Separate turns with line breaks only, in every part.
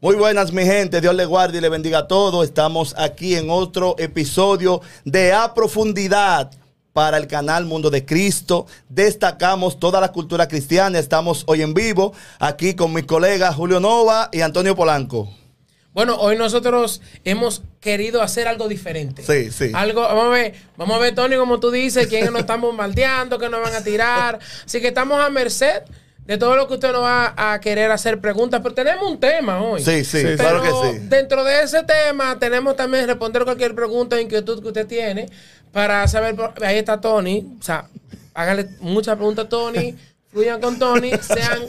Muy buenas, mi gente. Dios le guarde y le bendiga a todos. Estamos aquí en otro episodio de A Profundidad para el canal Mundo de Cristo. Destacamos toda la cultura cristiana. Estamos hoy en vivo aquí con mis colegas Julio Nova y Antonio Polanco.
Bueno, hoy nosotros hemos querido hacer algo diferente.
Sí, sí.
Algo, vamos a ver, vamos a ver, Tony, como tú dices, quiénes nos están bombardeando, qué nos van a tirar. Así que estamos a merced de todo lo que usted nos va a querer hacer preguntas, pero tenemos un tema hoy.
Sí, sí,
Pero
claro que sí.
Dentro de ese tema tenemos también responder cualquier pregunta o inquietud que usted tiene para saber, ahí está Tony, o sea, hágale muchas preguntas a Tony, fluyan con Tony, sean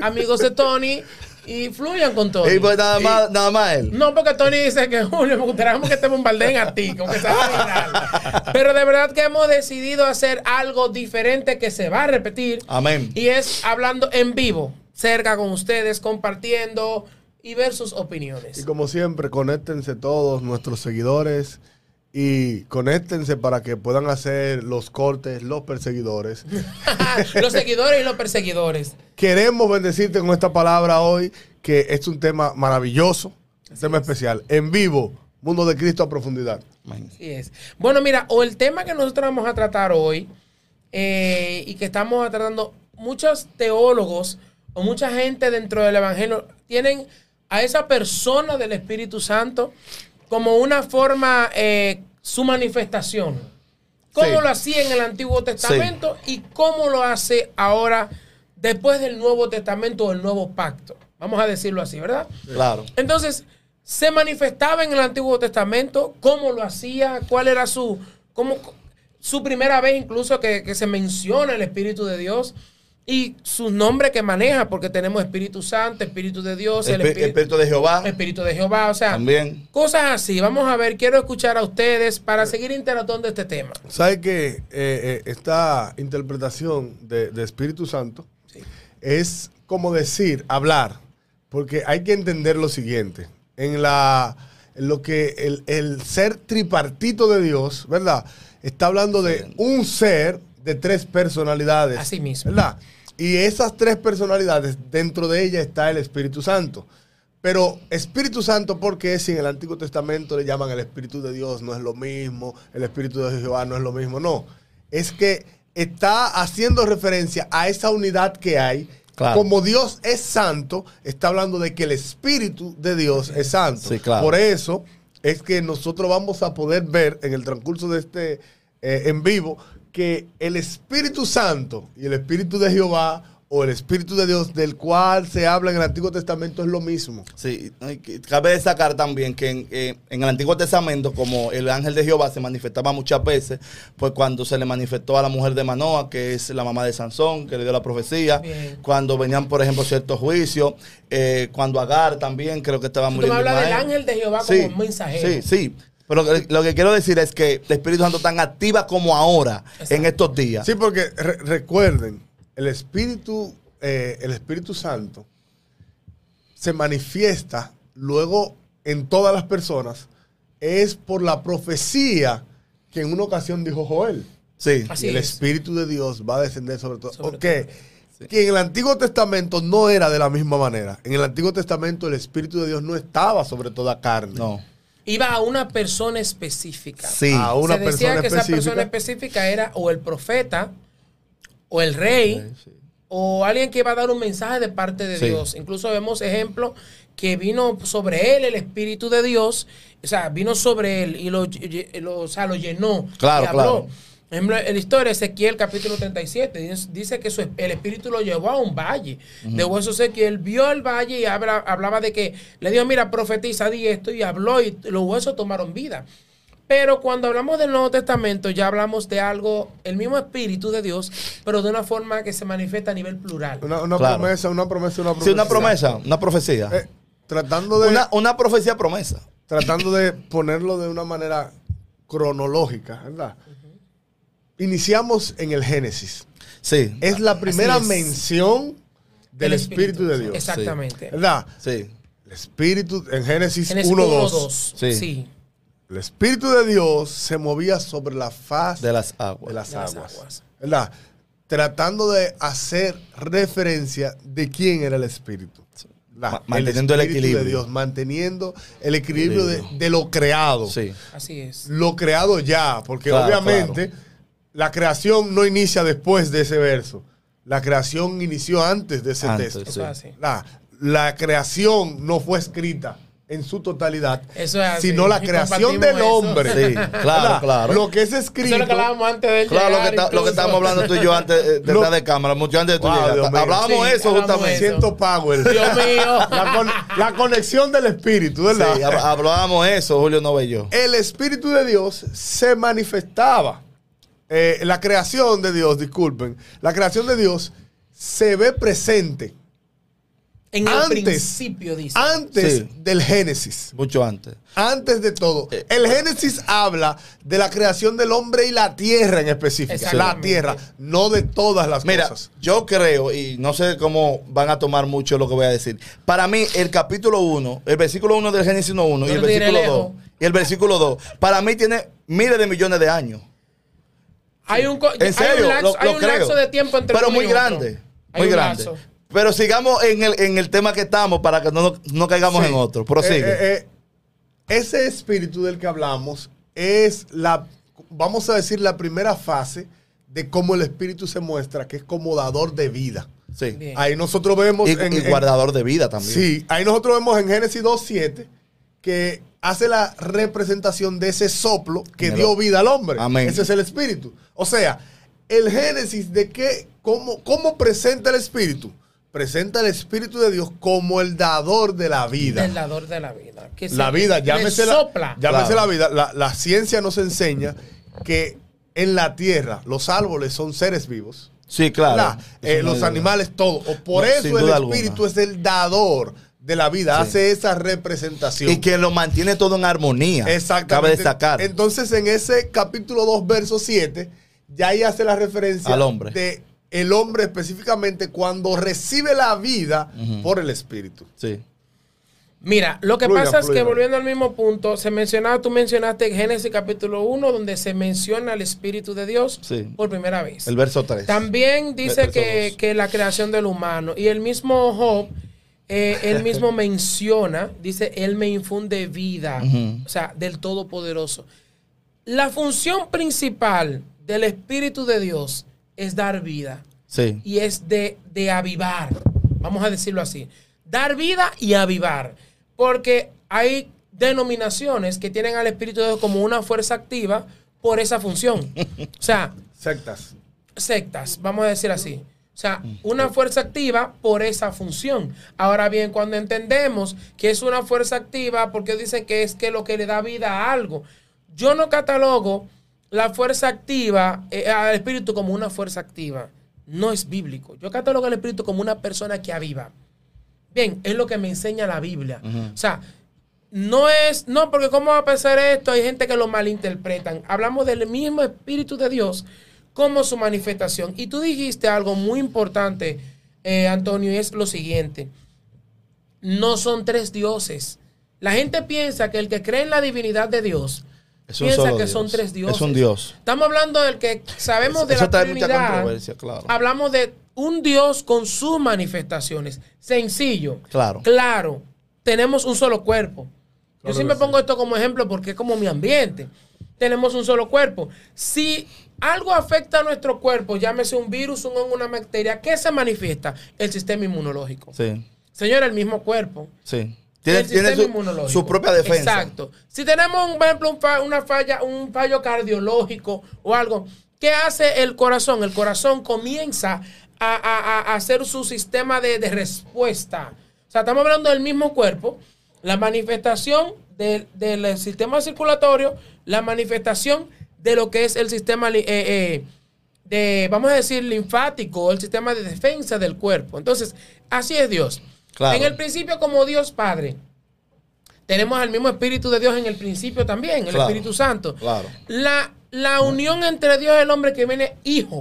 amigos de Tony y fluyan con Tony.
Y pues nada más, nada más él.
No, porque Tony dice que Julio, me gustaría como que te bombardeen a ti, como que se va a viral. Pero de verdad que hemos decidido hacer algo diferente que se va a repetir.
Amén.
Y es hablando en vivo, cerca con ustedes, compartiendo y ver sus
Y
opiniones.
como siempre, conéctense todos nuestros seguidores y conéctense para que puedan hacer los cortes, los perseguidores.
los seguidores y los perseguidores.
Queremos bendecirte con esta palabra hoy, que es un tema maravilloso, un tema especial, en vivo, Mundo de Cristo a profundidad.
Amén.
Así es. Bueno, mira, o el tema que nosotros vamos a tratar hoy eh, y que estamos tratando, muchos teólogos o mucha gente dentro del Evangelio tienen a esa persona del Espíritu Santo como una forma, eh, su manifestación. ¿Cómo
Sí.
lo hacía en el Antiguo Testamento y cómo lo hace ahora después del Nuevo Testamento o el Nuevo Pacto? Vamos a decirlo así, ¿verdad?
Claro.
Entonces, se manifestaba en el Antiguo Testamento, cómo lo hacía, cuál era su, cómo, su primera vez incluso que, que se menciona el Espíritu de Dios y su nombre que maneja, porque tenemos Espíritu Santo, Espíritu de Dios, el
Espe-
Espíritu,
Espíritu de Jehová.
Espíritu de Jehová, o sea,
También.
cosas así. Vamos a ver, quiero escuchar a ustedes para seguir interactuando este tema.
¿Sabes que eh, eh, esta interpretación de, de Espíritu Santo es como decir, hablar, porque hay que entender lo siguiente. En la en lo que el, el ser tripartito de Dios, ¿verdad? Está hablando de un ser de tres personalidades.
Así mismo.
¿Verdad? Y esas tres personalidades, dentro de ella está el Espíritu Santo. Pero Espíritu Santo, porque si en el Antiguo Testamento le llaman el Espíritu de Dios, no es lo mismo, el Espíritu de Jehová no es lo mismo, no. Es que está haciendo referencia a esa unidad que hay.
Claro.
Como Dios es santo, está hablando de que el Espíritu de Dios es santo.
Sí, claro.
Por eso es que nosotros vamos a poder ver en el transcurso de este eh, en vivo que el Espíritu Santo y el Espíritu de Jehová o el Espíritu de Dios del cual se habla en el Antiguo Testamento es lo mismo.
Sí, ay, que- cabe destacar también que en, eh, en el Antiguo Testamento, como el ángel de Jehová se manifestaba muchas veces, pues cuando se le manifestó a la mujer de Manoa, que es la mamá de Sansón, que le dio la profecía,
Bien.
cuando venían, por ejemplo, ciertos juicios, eh, cuando Agar también creo que estaba
Tú
muriendo.
me hablas del
Ismael.
ángel de Jehová
Sí,
como un mensajero.
Sí, sí. Pero lo que- lo que quiero decir es que el Espíritu Santo tan activa como ahora, en
Exacto.
estos días.
Sí, porque re- recuerden, el Espíritu, eh, el Espíritu Santo se manifiesta luego en todas las personas. Es por la profecía que en una ocasión dijo Joel.
Sí.
Así
Y el
es.
Espíritu de Dios va a descender sobre todo.
Sobre
ok. Que en el Antiguo Testamento no era de la misma manera. En el Antiguo Testamento el Espíritu de Dios no estaba sobre toda carne.
No.
Iba a una persona específica.
Sí.
A una
se decía
persona
que esa persona
específica.
específica era o el profeta o el rey o alguien que iba a dar un mensaje de parte de
Sí.
Dios. Incluso vemos ejemplos que vino sobre él el Espíritu de Dios, o sea, vino sobre él y lo, y lo- o sea, lo llenó.
Claro,
y habló.
claro.
Por ejemplo, en la historia de Ezequiel, capítulo 37, dice- dice que su- el Espíritu lo llevó a un valle de huesos secos. Y él vio el valle y habla- hablaba de que le dijo: Mira, profetiza, di esto, y habló, y los huesos tomaron vida. Pero cuando hablamos del Nuevo Testamento, ya hablamos de algo, el mismo Espíritu de Dios, pero de una forma que se manifiesta a nivel plural.
Una, una
Claro.
promesa, una promesa, una promesa.
Sí, una promesa, una profecía.
Eh, tratando de...
Una, una profecía promesa.
tratando de ponerlo de una manera cronológica, ¿verdad? Iniciamos en el Génesis.
Sí.
Es la primera
Así es.
mención del
El
Espíritu, de Dios.
Exactamente.
¿Verdad?
Sí.
El Espíritu en Génesis
En el 1,
1.2.
2.
Sí.
Sí.
El Espíritu de Dios se movía sobre la faz
De las aguas.
de las
De las
aguas.
aguas.
¿Verdad? Tratando de hacer referencia de quién era el Espíritu. la-
Ma- manteniendo el
Espíritu
equilibrio.
de Dios, manteniendo el equilibrio de, de lo creado.
Sí.
Así es.
Lo creado ya, porque
Claro,
obviamente la creación no inicia después de ese verso. La creación inició antes de ese
Antes,
texto.
sí.
Eso es así.
La, la creación no fue escrita en su totalidad,
Eso es así.
sino la
Y
creación
compartimos
del
eso.
hombre.
Sí, claro,
¿Verdad?
claro.
Lo que es
Eso
escrito.
es lo que hablábamos antes de él
Claro, lo que,
llegar,
está- lo que
incluso.
estábamos hablando tú y yo antes eh, detrás
Lo-
de cámara, mucho antes de tú
Wow,
llegar.
Dios mío.
Hablábamos
Sí,
eso
hablamos
justamente.
eso.
Siento power.
Dios mío.
La, con- la conexión del espíritu, ¿verdad?
Sí, hab- hablábamos eso, Julio Novello.
el Espíritu de Dios se manifestaba. Eh, la creación de Dios, disculpen, la creación de Dios se ve presente
En el
Antes.
principio dice.
antes
Sí.
del Génesis,
Mucho antes.
antes de todo.
Eh.
El Génesis habla de la creación del hombre y la tierra en específico, la
Exactamente.
tierra, no de todas las
Mira,
cosas.
yo creo, y no sé cómo van a tomar mucho lo que voy a decir. Para mí, el capítulo 1, el versículo 1 del Génesis 1 y
Yo
el
lo tiré
versículo
lejos.
2, y el versículo 2, para mí tiene miles de millones de años.
Hay un, co-
En
hay
serio,
un laxo,
lo-
hay
lo
un
creo.
lapso de tiempo entre
Pero
uno
muy
y otro.
grande,
Hay
muy
un
grande.
lapso.
Pero sigamos en el, en el tema que estamos para que no, nos- no caigamos
Sí.
en otro. Prosigue.
Eh, eh, eh, ese espíritu del que hablamos es la, vamos a decir, la primera fase de cómo el espíritu se muestra, que es como dador de vida.
sí.
Bien. Pues,
Ahí nosotros vemos
Y,
en,
y
en-
guardador de vida también.
sí, ahí nosotros vemos en Génesis 2.7 que hace la representación de ese soplo que
Mira.
dio vida al hombre.
Amén.
Ese es el espíritu. O sea, el Génesis de que, cómo, cómo presenta el espíritu. Presenta el espíritu de Dios como el dador de la vida.
Del dador de la vida. Que
La
se-
vida,
le
llámese,
sopla.
la, llámese
Claro.
la vida. La, la ciencia nos enseña que en la tierra los árboles son seres vivos.
Sí, claro.
¿verdad?
Eso
Eh,
no
los
hay duda.
animales, todo. O por
No, sin
eso el
duda alguna.
espíritu es el dador de la vida,
Sí.
hace esa representación.
Y que lo mantiene todo en armonía.
Exactamente.
Cabe destacar.
Entonces, en ese capítulo 2, verso 7, ya ahí hace la referencia
Al hombre.
de el hombre específicamente cuando recibe la vida por el espíritu.
sí.
Mira, lo que
Fluya,
pasa es
fluya.
que volviendo al mismo punto, se mencionaba, tú mencionaste Génesis capítulo 1, donde se menciona el Espíritu de Dios
Sí.
por primera vez.
El verso 3.
También dice
Verso
que,
dos.
que la creación del humano. Y el mismo Job, eh, él mismo menciona, dice, él me infunde vida,
Ujú.
o sea, del Todopoderoso. La función principal del Espíritu de Dios es dar vida
Sí.
y es de, de avivar, vamos a decirlo así, dar vida y avivar, porque hay denominaciones que tienen al Espíritu de Dios como una fuerza activa por esa función. O sea,
Sectas.
sectas, vamos a decir así. O sea, una fuerza activa por esa función. Ahora bien, cuando entendemos que es una fuerza activa, porque dicen que es que lo que le da vida a algo. Yo no catalogo la fuerza activa eh, al espíritu como una fuerza activa. No es bíblico. Yo catalogo al espíritu como una persona que aviva. Bien, es lo que me enseña la Biblia. O sea, no es, no, porque ¿cómo va a pensar esto? Hay gente que lo malinterpretan. Hablamos del mismo Espíritu de Dios como su manifestación. Y tú dijiste algo muy importante, eh, Antonio, y es lo siguiente. No son tres dioses. La gente piensa que el que cree en la divinidad de Dios
Es un
piensa que
solo Dios.
son tres dioses.
Es un Dios.
Estamos hablando del que sabemos
Eso-
de
eso
la
trae mucha
Trinidad.
controversia, claro.
Hablamos de un Dios con sus manifestaciones. Sencillo.
Claro.
Claro. Tenemos un solo cuerpo. Yo
Claro
siempre
que sí.
pongo esto como ejemplo porque es como mi ambiente. Tenemos un solo cuerpo. Si algo afecta a nuestro cuerpo, llámese un virus, un hongo, una bacteria, ¿qué se manifiesta? El sistema inmunológico.
Sí.
Señor, el mismo cuerpo.
Sí. Tiene,
El
tiene
sistema
su,
inmunológico.
su propia defensa.
Exacto. Si tenemos, un, por ejemplo, un fa- una falla, un fallo cardiológico o algo, ¿qué hace el corazón? El corazón comienza a, a- a- a hacer su sistema de, de respuesta. O sea, estamos hablando del mismo cuerpo, la manifestación del, del sistema circulatorio, la manifestación de lo que es el sistema li- eh, eh, de, vamos a decir, linfático, el sistema de defensa del cuerpo. Entonces, así es Dios.
Claro.
En el principio, como Dios Padre, tenemos al mismo Espíritu de Dios en el principio también, el
Claro,
Espíritu Santo.
claro.
La, la unión entre Dios y el hombre que viene hijo.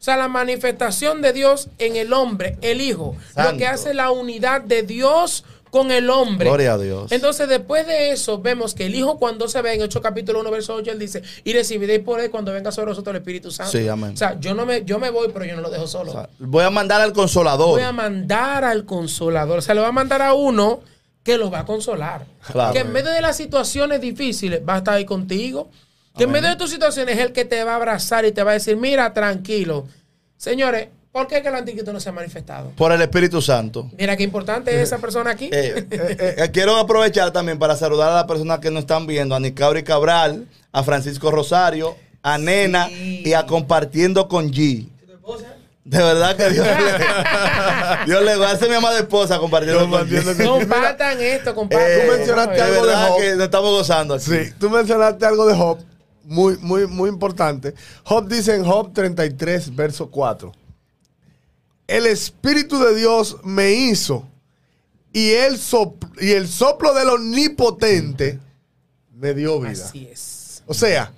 O sea, la manifestación de Dios en el hombre, el hijo. Lo
Santo.
que hace la unidad de Dios con el hombre.
Gloria a Dios.
Entonces, después de eso, vemos que el Hijo, cuando se ve en 8 capítulo 1, verso 8, él dice: Y recibiréis poder cuando venga sobre vosotros el Espíritu Santo.
Sí, amén.
O sea, yo, no me, yo me voy, pero yo no lo dejo solo.
O sea, voy a mandar al consolador.
Voy a mandar al consolador. O sea, lo va a mandar a uno que lo va a consolar.
Claro.
Que en medio de las situaciones difíciles va a estar ahí contigo. Que en medio de tus situaciones es el que te va a abrazar y te va a decir, mira, tranquilo. Señores, ¿por qué es que el anticristo no se ha manifestado?
Por el Espíritu Santo.
Mira qué importante es esa persona aquí.
Eh, eh, eh, quiero aprovechar también para saludar a las personas que nos están viendo, a Nicauri Cabral, a Francisco Rosario, a Nena
Sí.
y a Compartiendo con G. De verdad que Dios le, Dios le guarde a mi amada esposa compartiendo con
Compartiendo
G.
con-
Compartan esto, compartan.
Eh,
Tú mencionaste
de
algo de
verdad
Job.
que nos estamos gozando aquí.
Sí, tú mencionaste algo de Job, muy, muy, muy importante. Job dice en Job 33, verso 4. El Espíritu de Dios me hizo y, el sop- y el soplo del Omnipotente me dio vida.
Así es.
O sea,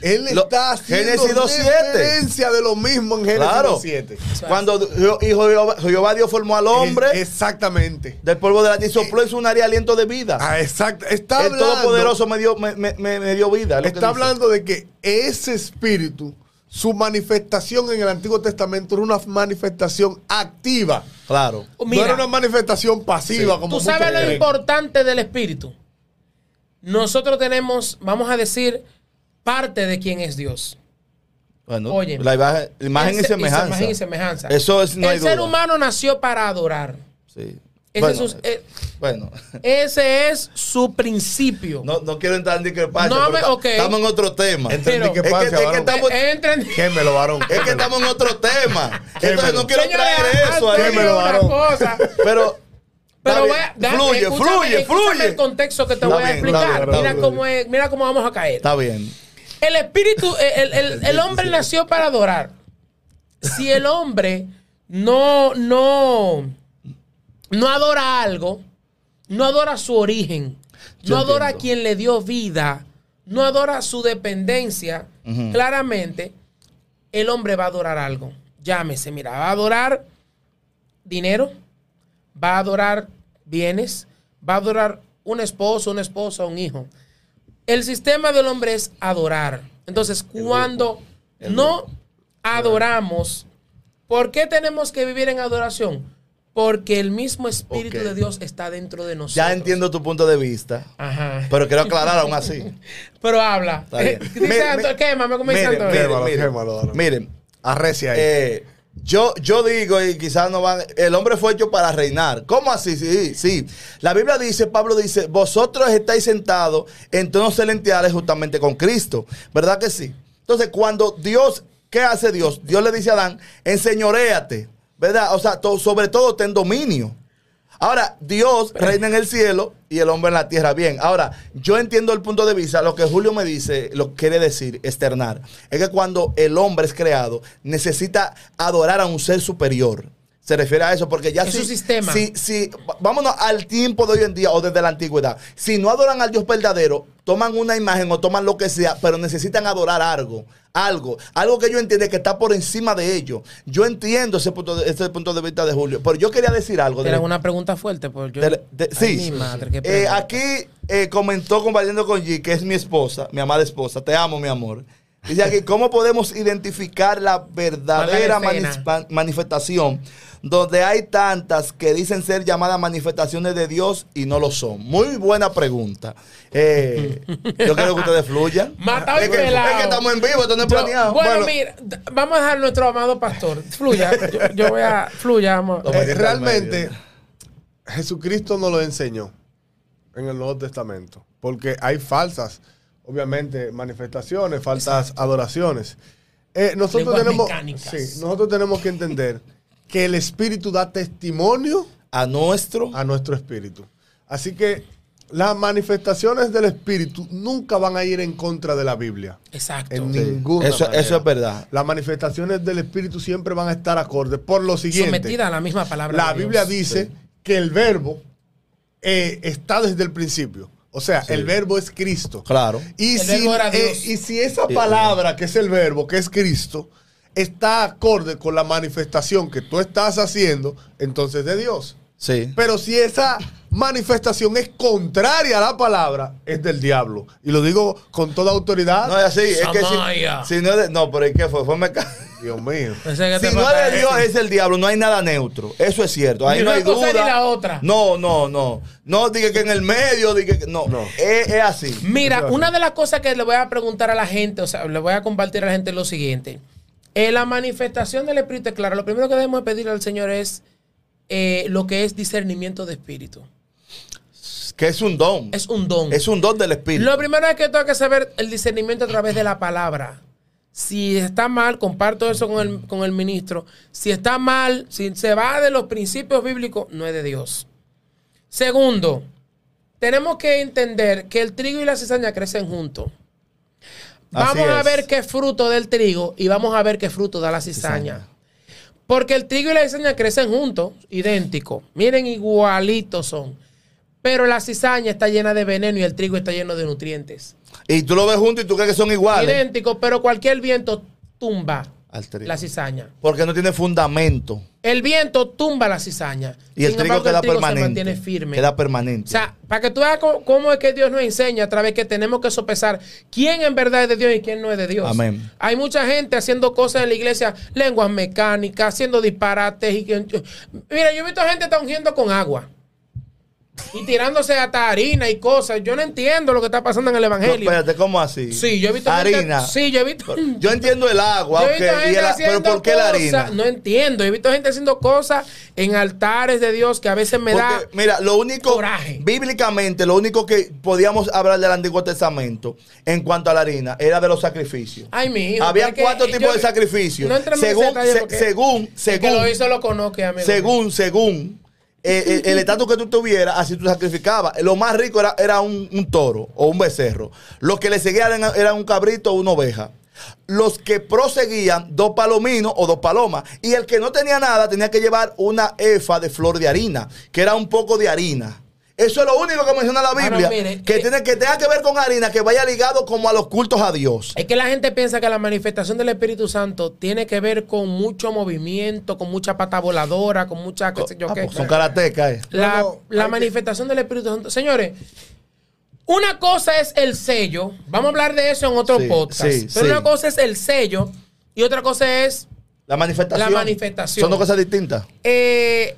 él
Lo-
está haciendo
Génesis 2:7.
referencia de lo mismo en Génesis
Claro.
2.7.
Cuando Dios- y Jehová, Jehová Dios formó al hombre
Es- exactamente.
del polvo de la tierra y sopló en su nariz aliento de vida.
Ah, exact- está
el
hablando-
Todopoderoso me dio, me, me- me- me dio vida. es lo que dice.
Está hablando de que ese espíritu, su manifestación en el Antiguo Testamento era una manifestación activa.
Claro.
Oh, Mira,
no era una manifestación pasiva como
tú sabes
muchos
lo
creen.
importante del espíritu. Nosotros tenemos, vamos a decir, parte de quién es Dios.
Bueno,
Oye.
la imagen, imagen y
El se-
semejanza.
Imagen y semejanza.
Eso es, no hay
El ser
duda.
humano nació para adorar.
Sí.
Ese
Bueno,
es su- eh,
bueno.
Ese es su principio.
No, no quiero entrar en discrepancia.
No,
pero
me-
ta-
ok.
Estamos en otro tema.
Entendí
Pero-
que
Es que-
pasa,
es que
varón.
estamos-
Eh, entren-
Quémelo, varón.
Es que
quémelo.
estamos en otro tema. Entonces no quiero
Señores,
traer eso
antes
ahí.
de
Dímelo,
una
varón.
cosa.
Pero,
Pero
está
voy a,
bien.
déjame-
fluye,
escúchame,
fluye,
escúchame
fluye.
el contexto que te
Está
voy a
bien, está
explicar.
bien, está
mira,
bien.
cómo es- mira cómo vamos a caer.
Está bien.
El espíritu, eh, el, el- el- el hombre nació para adorar. Si el hombre no, no, no adora algo, no adora su origen,
Yo
no adora a
entiendo.
quien le dio vida, no adora su dependencia, claramente el hombre va a adorar algo. Llámese, mira, va a adorar dinero, va a adorar bienes, va a adorar un esposo, una esposa, un hijo. El sistema del hombre es adorar. Entonces, cuando no adoramos, ¿por qué tenemos que vivir en adoración? Porque el mismo Espíritu
Ok.
de Dios está dentro de nosotros.
Ya entiendo tu punto de vista.
Ajá. Pero,
Pero quiero aclarar aún así.
habla.
Está bien.
Dice
Mire,
Anto-
mire,
¿qué, mamá? ¿Cómo dice
miren,
Antonio?
Quémalo,
miren.
quémalo, varón.
Miren,
Arrecia ahí.
Eh, yo, yo digo, y quizás no van, el hombre fue hecho para reinar. ¿Cómo así? Sí, sí. La Biblia dice, Pablo dice, vosotros estáis sentados en tronos celestiales justamente con Cristo. ¿Verdad que sí? Entonces, cuando Dios, ¿qué hace Dios? Dios le dice a Adán, enseñoréate, ¿verdad? O sea, to- sobre todo ten dominio. Ahora, Dios reina en el cielo y el hombre en la tierra. Bien, ahora, yo entiendo el punto de vista, lo que Julio me dice, lo que quiere decir, externar, es que cuando el hombre es creado, necesita adorar a un ser superior. Se refiere a eso, porque ya
Es
si-
su sistema.
Si, si- vámonos al tiempo de hoy en día o desde la antigüedad. Si no adoran al Dios verdadero, toman una imagen o toman lo que sea, pero necesitan adorar algo. Algo, algo que yo entiendo que está por encima de ellos. Yo entiendo ese punto de, ese punto de vista de Julio, pero yo quería decir algo. de
Era
la-
una pregunta fuerte. Por yo...
de- de-
Ay,
sí.
mi madre, qué
Eh,
pregunta.
aquí eh, comentó compartiendo con G, que es mi esposa, mi amada esposa. Te amo, mi amor. Dice aquí, ¿cómo podemos identificar la verdadera
¿Cuál es la escena?
manis- pa- manifestación donde hay tantas que dicen ser llamadas manifestaciones de Dios y no lo son? Muy buena pregunta. Eh, yo quiero que ustedes fluyan.
Matado y
es, que,
pelado.
es que estamos en vivo, esto no es
Yo-
planeado.
bueno,
Bueno,
mira, d- vamos a dejar nuestro amado pastor. Fluya, yo, yo voy a. Fluya, amor.
Toma.
Eh, realmente, Jesucristo nos lo enseñó en el Nuevo Testamento, porque hay falsas, obviamente, manifestaciones, falsas adoraciones. Eh, nosotros,
Lenguas
tenemos,
mecánicas.
sí, nosotros tenemos que entender que el Espíritu da testimonio
a nuestro...
a nuestro espíritu. Así que las manifestaciones del Espíritu nunca van a ir en contra de la Biblia.
Exacto.
En ninguna
Eso-
manera.
eso es verdad.
Las manifestaciones del Espíritu siempre van a estar acordes. Por lo siguiente.
Sometida a la misma palabra.
La
de
Biblia
Dios.
dice
Sí.
que el verbo eh, está desde el principio. O sea, el verbo es Cristo.
Claro.
Y,
El
si,
verbo era
eh,
Dios.
y si esa palabra, que es el verbo, que es Cristo, está acorde con la manifestación que tú estás haciendo, entonces de Dios.
Sí.
Pero si esa manifestación es contraria a la palabra, es del diablo. Y lo digo con toda autoridad.
No es así. Es que
Samaya.
si, si no es de- No, pero es que fue. fue meca-
Dios mío.
Pensé Pues que te
Si no
faltaba
es de Dios,
eso.
es el diablo. No hay nada neutro. Eso es cierto. Ahí
Ni
no
una
hay
cosa
duda.
ni la otra.
No, no, no. No dije que en el medio. Dije que, no,
No.
Es, es así.
Mira,
Gracias.
una de las cosas que le voy a preguntar a la gente, o sea, le voy a compartir a la gente es lo siguiente. En la manifestación del Espíritu es claro. Lo primero que debemos pedir al Señor es eh, lo que es discernimiento de espíritu.
Que es un don.
Es un don.
Es un don del Espíritu.
Lo primero es que tengo que saber el discernimiento a través de la palabra. Si está mal, comparto eso con el, con el ministro. Si está mal, si se va de los principios bíblicos, no es de Dios. Segundo, tenemos que entender que el trigo y la cizaña crecen juntos.
Así
Vamos a
es.
ver qué fruto del trigo y vamos a ver qué fruto da la cizaña. Porque el trigo y la cizaña crecen juntos, idénticos. Miren, igualitos son. Pero la cizaña está llena de veneno y el trigo está lleno de nutrientes.
Y tú lo ves junto y tú crees que son iguales.
Idénticos, pero cualquier viento tumba
Al trigo.
la cizaña.
Porque no tiene fundamento.
El viento tumba la cizaña.
Y el
Sin
trigo
embargo,
queda
Se
permanente.
mantiene firme.
Queda
O
permanente.
sea, para que tú veas cómo, cómo es que Dios nos enseña a través que tenemos que sopesar quién en verdad es de Dios y quién no es de Dios.
Amén.
Hay mucha gente haciendo cosas en la iglesia, lenguas mecánicas, haciendo disparates. Y que, mira, yo he visto gente que está ungiendo con agua y tirándose hasta harina y cosas. Yo no entiendo lo que está pasando en el
No,
evangelio.
espérate, ¿cómo así?
sí, yo he visto gente-
Harina.
sí, yo he visto.
Yo entiendo el agua,
Yo he
ok,
visto
y
gente
el a- pero
haciendo
¿por qué la
cosas-
harina?
No entiendo. He visto gente haciendo cosas en altares de Dios que a veces me da.
Porque, mira, lo único,
coraje.
bíblicamente, lo único que podíamos hablar del Antiguo Testamento en cuanto a la harina era de los sacrificios.
Ay, mi hijo,
Había
es que
cuatro
yo-
tipos de sacrificios.
No entremos en
según,
ese detalle
se-
porque-
según,
El que lo
según,
hizo lo conoce, amigo.
según, según, eh, eh, el estatus que tú tuvieras, así tú sacrificabas. Lo más rico era, era un, un toro o un becerro. Los que le seguían eran, eran un cabrito o una oveja. Los que proseguían, dos palominos o dos palomas. Y el que no tenía nada tenía que llevar una efa de flor de harina, que era un poco de harina. Eso es lo único que menciona la
Ahora,
Biblia.
mire,
que,
eh,
tiene, que tenga que ver con harina, que vaya ligado como a los cultos a Dios.
Es que la gente piensa que la manifestación del Espíritu Santo tiene que ver con mucho movimiento, con mucha pata voladora, con mucha qué sé yo
Ah,
qué.
pues, son karatecas, eh.
La,
No, no,
la
hay que-
manifestación del Espíritu Santo. Señores, una cosa es el sello. Vamos a hablar de eso en otro
Sí,
podcast.
sí,
pero
sí.
una cosa es el sello y otra cosa es
La manifestación.
La manifestación.
Son dos cosas distintas.
eh,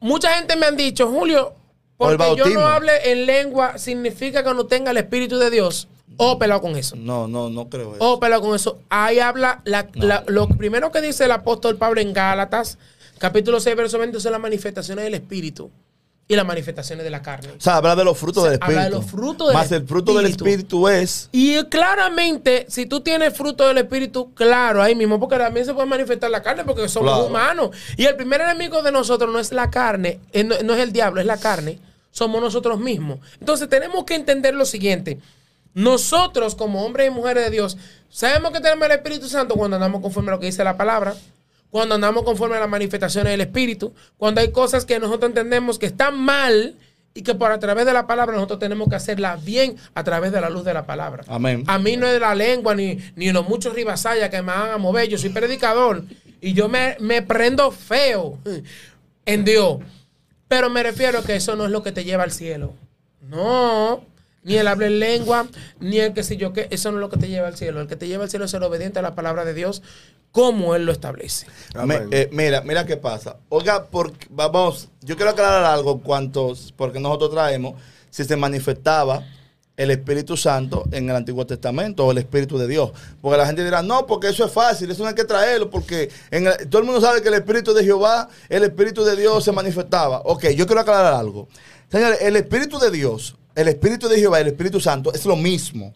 mucha gente me han dicho, Julio,
Por el
porque yo
bautismo.
no hable en lengua significa que no tenga el Espíritu de Dios. O pelado con eso.
No, no, no creo eso.
Oh, pero con eso, ahí habla la- la- lo primero que dice el apóstol Pablo en Gálatas, capítulo 6, verso 20, son las manifestaciones del Espíritu y las manifestaciones de la carne.
O sea, habla de los frutos
O sea,
del Espíritu.
habla de los frutos del
Más el fruto del
Espíritu.
Espíritu es.
Y claramente, si tú tienes fruto del Espíritu, claro, ahí mismo, porque también se puede manifestar la carne, porque somos
Claro.
humanos. Y el primer enemigo de nosotros no es la carne, eh, no, no es el diablo, es la carne. Somos nosotros mismos. Entonces tenemos que entender lo siguiente. Nosotros, como hombres y mujeres de Dios, sabemos que tenemos el Espíritu Santo cuando andamos conforme a lo que dice la palabra, cuando andamos conforme a las manifestaciones del Espíritu, cuando hay cosas que nosotros entendemos que están mal y que por a través de la palabra nosotros tenemos que hacerlas bien a través de la luz de la palabra.
Amén.
A mí no es de la lengua ni, ni los muchos ribasayas que me van a mover. Yo soy predicador y yo me, me prendo feo en Dios. Pero me refiero a que eso no es lo que te lleva al cielo. No. Ni el hablar lengua, ni el que sé yo qué. Eso no es lo que te lleva al cielo. El que te lleva al cielo es el obediente a la palabra de Dios como Él lo establece.
Amén.
Me- eh, mira, mira qué pasa. Oiga, porque, vamos, yo quiero aclarar algo, cuantos, porque nosotros traemos, si se manifestaba el Espíritu Santo en el Antiguo Testamento o el Espíritu de Dios. Porque la gente dirá, no, porque eso es fácil, eso no hay que traerlo, porque en el- todo el mundo sabe que el Espíritu de Jehová, el Espíritu de Dios se manifestaba. Ok, yo quiero aclarar algo. Señores, el Espíritu de Dios, el Espíritu de Jehová, el Espíritu Santo es lo mismo.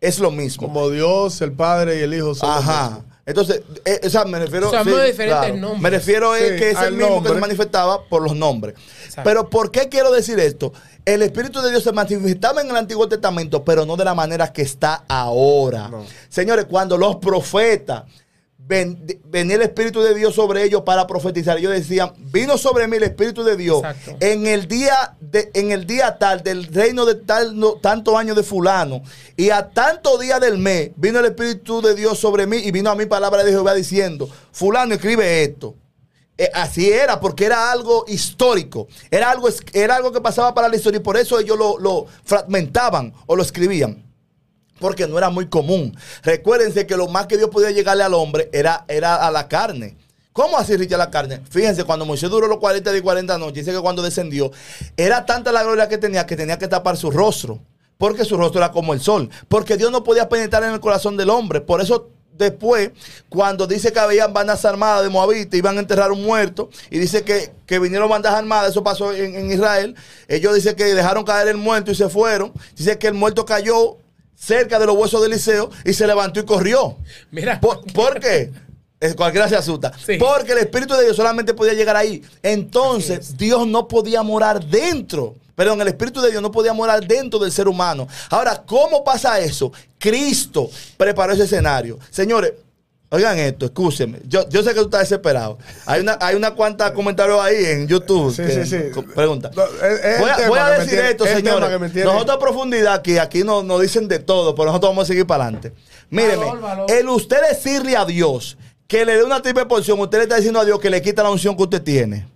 Es lo mismo.
Como Dios, el Padre y el Hijo son los
Ajá.
mismos.
Entonces, eh, o sea, me refiero.
O sea, muy diferentes nombres.
Me refiero es
Sí,
que es
al
el mismo que
nombre.
se manifestaba por los nombres.
Exacto.
Pero, ¿por qué quiero decir esto? El Espíritu de Dios se manifestaba en el Antiguo Testamento, pero no de la manera que está ahora.
No.
Señores, cuando los profetas. ven- venía el Espíritu de Dios sobre ellos para profetizar. Ellos decían, vino sobre mí el Espíritu de Dios
Exacto.
en el día de, en el día tal del reino de tal no- tanto año de fulano y a tanto día del mes vino el espíritu de Dios sobre mí y vino a mi palabra de Jehová diciendo fulano escribe esto Eh, así era, porque era algo histórico, era algo, es- era algo que pasaba para la historia y por eso ellos lo, lo fragmentaban o lo escribían, porque no era muy común. Recuérdense que lo más que Dios podía llegarle al hombre era, era a la carne. ¿Cómo así Richard la carne? Fíjense, cuando Moisés duró los 40 días y 40 noches, dice que cuando descendió, era tanta la gloria que tenía que tenía que tapar su rostro, porque su rostro era como el sol, porque Dios no podía penetrar en el corazón del hombre, por eso Después, cuando dice que habían bandas armadas de Moabita, iban a enterrar un muerto, y dice que, que vinieron bandas armadas, eso pasó en, en Israel. Ellos dicen que dejaron caer el muerto y se fueron. Dice que el muerto cayó cerca de los huesos de Eliseo y se levantó y corrió.
Mira.
¿Por, por qué? Es- Cualquiera se asusta.
Sí.
Porque el Espíritu de Dios solamente podía llegar ahí.
Así
Entonces, Dios no podía morar dentro. Perdón, el Espíritu de Dios no podía morar dentro del ser humano. Ahora, ¿cómo pasa eso? Cristo preparó ese escenario. Señores, oigan esto, escúchenme. Yo, yo sé que tú estás desesperado. Hay una, hay una cuanta comentarios ahí en YouTube.
Sí,
que-
sí, sí.
co- Pregunta.
No, es- es
voy
el
a,
tema
voy a
que me
decir
tiene-
esto,
es el tema
señores.
que me tiene-
Nosotros a profundidad aquí, aquí nos, nos dicen de todo, pero nosotros vamos a seguir para adelante. Míreme,
Valor, valor.
el usted decirle a Dios que le dé una triple porción, usted le está diciendo a Dios que le quita la unción que usted tiene.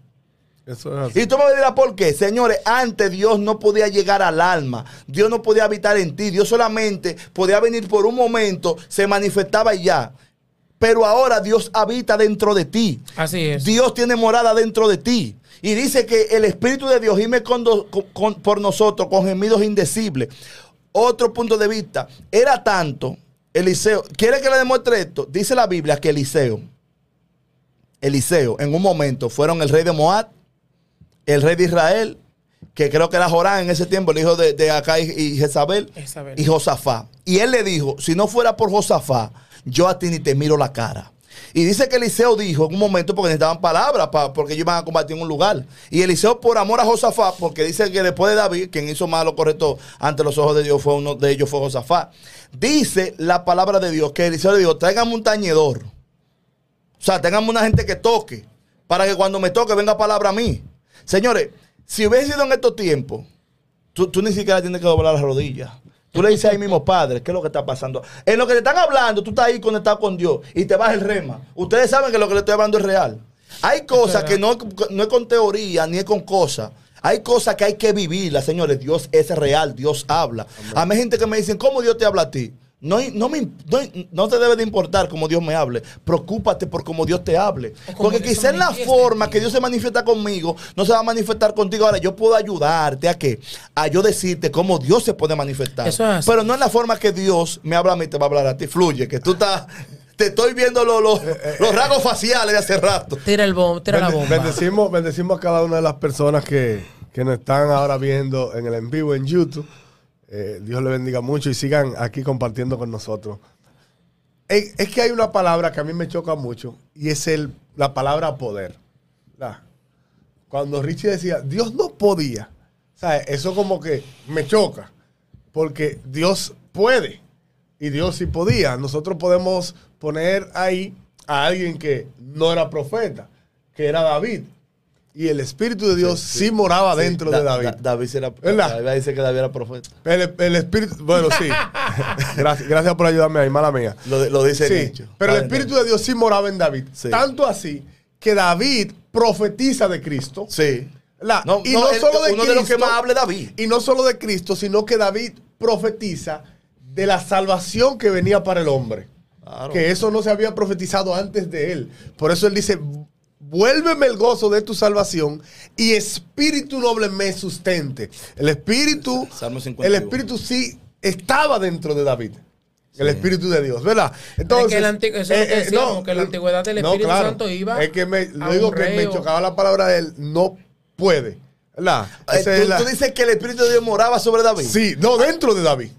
Eso es así.
Y tú me dirás por qué. Señores, antes Dios no podía llegar al alma. Dios no podía habitar en ti. Dios solamente podía venir por un momento, se manifestaba y ya. Pero ahora Dios habita dentro de ti.
Así es.
Dios tiene morada dentro de ti. Y dice que el Espíritu de Dios gime con do- con- con- por nosotros con gemidos indecibles. Otro punto de vista. Era tanto Eliseo. ¿Quiere que le demuestre esto? Dice la Biblia que Eliseo, Eliseo, en un momento fueron el rey de Moab, el rey de Israel, que creo que era Jorán en ese tiempo, el hijo de, de Acá y, y Jezabel,
Jezabel.
y Josafá. Y él le dijo, si no fuera por Josafá, yo a ti ni te miro la cara. Y dice que Eliseo dijo en un momento porque necesitaban palabras, pa- porque ellos iban a combatir en un lugar. Y Eliseo por amor a Josafá, porque dice que después de David, quien hizo más lo correcto ante los ojos de Dios fue uno de ellos, fue Josafá. Dice la palabra de Dios que Eliseo le dijo, tráigame un tañedor. O sea, tengamos una gente que toque. Para que cuando me toque venga palabra a mí. Señores, si hubiese sido en estos tiempos, tú, tú ni siquiera tienes que doblar las rodillas. Tú le dices ahí mismo, padre, ¿qué es lo que está pasando? En lo que te están hablando, tú estás ahí conectado con Dios y te vas el rema. Ustedes saben que lo que le estoy hablando es real. Hay cosas que no, no es con teoría ni es con cosas. Hay cosas que hay que vivirlas, señores. Dios es real, Dios habla. A mí hay gente que me dicen, ¿cómo Dios te habla a ti? No, no, me, imp- no, no te debe de importar cómo Dios me hable. Preocúpate por cómo Dios te hable.
O cómo
Porque
Dios se
quizás en la
manifiesta
forma
en ti.
que Dios se manifiesta conmigo, no se va a manifestar contigo. Ahora, yo puedo ayudarte a que a yo decirte cómo Dios se puede manifestar.
Eso es así.
Pero no en la forma que Dios me habla a mí, te va a hablar a ti. Fluye, que tú estás. Te estoy viendo los, los,
Eh,
los rasgos faciales de hace rato.
Tira, el bom- tira la
Bende-
bomba.
Bendecimos, bendecimos a cada una de las personas que, que nos están ahora viendo en el en vivo en YouTube. Eh, Dios les bendiga mucho y sigan aquí compartiendo con nosotros. Eh, es que hay una palabra que a mí me choca mucho y es el, la palabra poder. La- cuando Richie decía, Dios no podía. ¿sabes? Eso como que me choca. Porque Dios puede. Y Dios sí podía. Nosotros podemos poner ahí a alguien que no era profeta, que era David. Y el Espíritu de Dios sí, moraba dentro
Da-
de David.
da- David, sí era-
¿Verdad?
David dice que David era profeta.
El, el Espíritu, bueno, sí. gracias, gracias por ayudarme ahí, mala mía.
Lo, lo dice
Sí,
Nietzsche.
pero el
Padre,
Espíritu de Dios sí moraba en David.
Sí.
Tanto así que David profetiza de Cristo.
Sí.
La-
No,
y
no,
no,
el-
solo de
uno de
Cristo,
los que más habla es David.
Y no solo de Cristo, sino que David profetiza de la salvación que venía para el hombre.
Claro.
Que eso no se había profetizado antes de él. Por eso él dice, vuélveme el gozo de tu salvación y espíritu noble me sustente. El espíritu,
Salmo 51.
el espíritu sí estaba dentro de David. El espíritu de Dios, ¿verdad? eh,
que el antigu- eso es lo que decíamos, que la antigüedad del Espíritu Santo iba
Es que me, lo
a un
digo que me
reo.
chocaba la palabra de él, no puede. ¿Verdad?
Eh,
Esa es
tú,
la-
tú dices que el Espíritu de Dios moraba sobre David.
Sí, no, dentro de David.